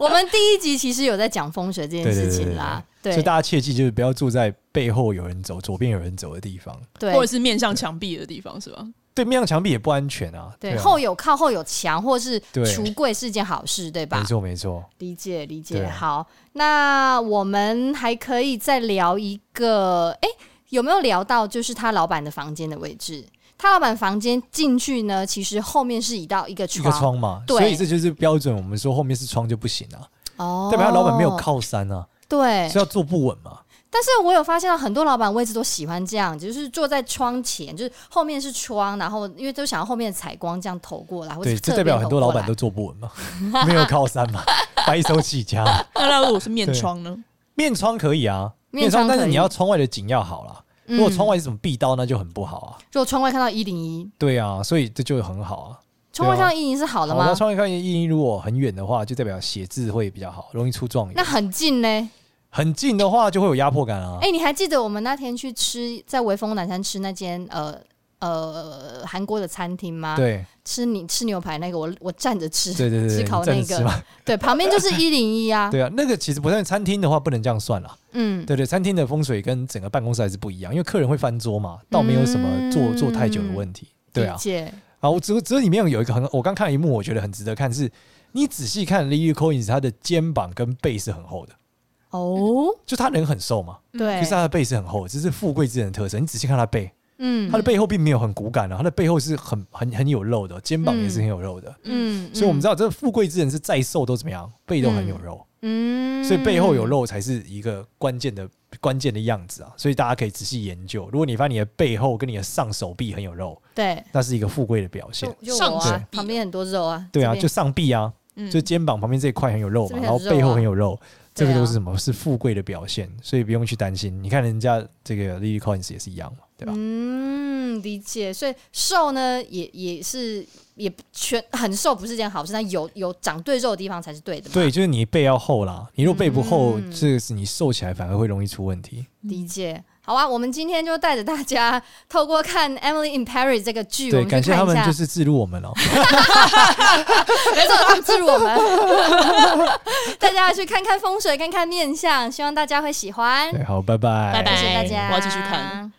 [SPEAKER 2] 我们第一集其实有在讲风水这件事情啦。 对
[SPEAKER 3] 所以大家切记就是不要住在背后有人走、左边有人走的地方。
[SPEAKER 2] 对
[SPEAKER 1] 或者是面向墙壁的地方是吧？
[SPEAKER 3] 对面向墙壁也不安全啊。
[SPEAKER 2] 对，
[SPEAKER 3] 啊
[SPEAKER 2] 后有靠后有墙，或是
[SPEAKER 3] 对
[SPEAKER 2] 橱柜是件好事，对吧
[SPEAKER 3] 没？错没错，
[SPEAKER 2] 理解理
[SPEAKER 3] 对
[SPEAKER 2] 解。
[SPEAKER 3] 啊
[SPEAKER 2] 好，那我们还可以再聊一个，诶，有没有聊到就是他老板的房间的位置？他老板房间进去呢，其实后面是一道一个
[SPEAKER 3] 一
[SPEAKER 2] 窗，
[SPEAKER 3] 个窗嘛，
[SPEAKER 2] 对
[SPEAKER 3] 所以这就是标准。我们说后面是窗就不行啊，
[SPEAKER 2] 哦，
[SPEAKER 3] 代表他老板没有。靠山啊，
[SPEAKER 2] 对，
[SPEAKER 3] 所以要坐不稳嘛。
[SPEAKER 2] 但是我有发现到很多老板位置都喜欢这样，就是坐在窗前，就是后面是窗，然后因为都想要后面的采光这样投过来，或者
[SPEAKER 3] 对，
[SPEAKER 2] 是
[SPEAKER 3] 这
[SPEAKER 2] 侧
[SPEAKER 3] 代表
[SPEAKER 2] 边
[SPEAKER 3] 很
[SPEAKER 2] 投
[SPEAKER 3] 多老
[SPEAKER 2] 过
[SPEAKER 3] 板
[SPEAKER 2] 来
[SPEAKER 3] 都坐不稳嘛， 没有靠山嘛，白手起家。
[SPEAKER 1] 那那如果是面
[SPEAKER 3] 对
[SPEAKER 1] 窗呢？
[SPEAKER 3] 面窗可以啊，
[SPEAKER 2] 面窗
[SPEAKER 3] 但是
[SPEAKER 2] 可以
[SPEAKER 3] 你要窗外的景要好啦。如果
[SPEAKER 2] 嗯
[SPEAKER 3] 窗外是什么壁刀，那就很不好啊。
[SPEAKER 2] 如果窗外看到一零一，
[SPEAKER 3] 对啊，所以这就很好啊。
[SPEAKER 2] 窗外看到一零一是好
[SPEAKER 3] 好
[SPEAKER 2] 了
[SPEAKER 3] 那
[SPEAKER 2] 吗？
[SPEAKER 3] 窗外看一零一如果很远的话，就代表写字会比较好，容易出状
[SPEAKER 2] 那
[SPEAKER 3] 元。
[SPEAKER 2] 很近呢。
[SPEAKER 3] 很近的话就会有压迫感啊。
[SPEAKER 2] 哎、你还记得我们那天去吃在微风南山吃那间呃呃韩国的餐厅吗？，
[SPEAKER 3] 对
[SPEAKER 2] 吃你吃牛排那个，我我站着吃，
[SPEAKER 3] 对对对对，
[SPEAKER 2] 吃烤
[SPEAKER 3] 你站
[SPEAKER 2] 那
[SPEAKER 3] 着吃
[SPEAKER 2] 个，
[SPEAKER 3] 嘛
[SPEAKER 2] 对，旁边就是一零一啊，
[SPEAKER 3] 对啊，那个其实不算餐厅的话，不能这样算啦。
[SPEAKER 2] 嗯，
[SPEAKER 3] 对对，餐厅的风水跟整个办公室还是不一样，因为客人会翻桌嘛，倒没有什么坐
[SPEAKER 2] 嗯
[SPEAKER 3] 坐太久的问题。对啊
[SPEAKER 2] 理，解，
[SPEAKER 3] 啊，我只只有里面有一个很，我刚看了一幕，我觉得很值得看，是你仔细看 Lily Collins，她的肩膀跟背是很厚的，
[SPEAKER 2] 哦，
[SPEAKER 3] 就她人很瘦嘛，可
[SPEAKER 2] 对
[SPEAKER 3] 是，她的背是很厚的，这是富贵之人的特色。你仔细看她背，
[SPEAKER 2] 嗯
[SPEAKER 3] 她的背后并没有很骨感啊，她的背后是很很很有肉的，肩膀也是很有肉的。
[SPEAKER 2] 嗯，
[SPEAKER 3] 所以我们知道，这富贵之人是再瘦都怎么样，背都很有肉，
[SPEAKER 2] 嗯，嗯
[SPEAKER 3] 所以背后有，肉才是一个关键的关键的样子啊。所以大家可以仔细研究，如果你发现你的背后跟你的上手臂很有肉，
[SPEAKER 2] 对，
[SPEAKER 3] 那是一个富贵的表现
[SPEAKER 2] 就。就我
[SPEAKER 1] 上
[SPEAKER 2] 啊
[SPEAKER 1] 臂，
[SPEAKER 2] 旁边很多肉啊，
[SPEAKER 3] 对
[SPEAKER 2] 这
[SPEAKER 3] 啊，
[SPEAKER 2] 边
[SPEAKER 3] 就上臂啊，
[SPEAKER 1] 嗯，
[SPEAKER 3] 就肩膀旁边这一块很有肉
[SPEAKER 2] 这
[SPEAKER 3] 嘛，
[SPEAKER 2] 边
[SPEAKER 3] 然
[SPEAKER 2] 很
[SPEAKER 3] 后
[SPEAKER 2] 肉啊
[SPEAKER 3] 背后很有肉，这个
[SPEAKER 2] 对啊
[SPEAKER 3] 都是什么？是富贵的表现，所以不用去担心。你看人家这个 Lily Collins 也是一样嘛，对吧？
[SPEAKER 2] 嗯，理解。所以瘦呢，也也是也全很瘦不是件好事，但有有长对肉的地方才是对的嘛。
[SPEAKER 3] 对，就是你背要厚啦，你如果背不厚，
[SPEAKER 2] 嗯
[SPEAKER 3] 这个是你瘦起来反而会容易出问题。
[SPEAKER 2] 理解。好啊，我们今天就带着大家透过看《Emily in Paris》这个剧，我
[SPEAKER 3] 对，
[SPEAKER 2] 们
[SPEAKER 3] 感
[SPEAKER 2] 去
[SPEAKER 3] 谢他
[SPEAKER 2] 看一
[SPEAKER 3] 们
[SPEAKER 2] 下，
[SPEAKER 3] 就是置入 我们哦、
[SPEAKER 2] 没错，他们记录我们， 大家去看看风水，看看面相，希望大家会喜欢。
[SPEAKER 3] 对，好，拜拜，
[SPEAKER 1] 拜拜
[SPEAKER 2] 谢谢大家，
[SPEAKER 1] 我要继续看。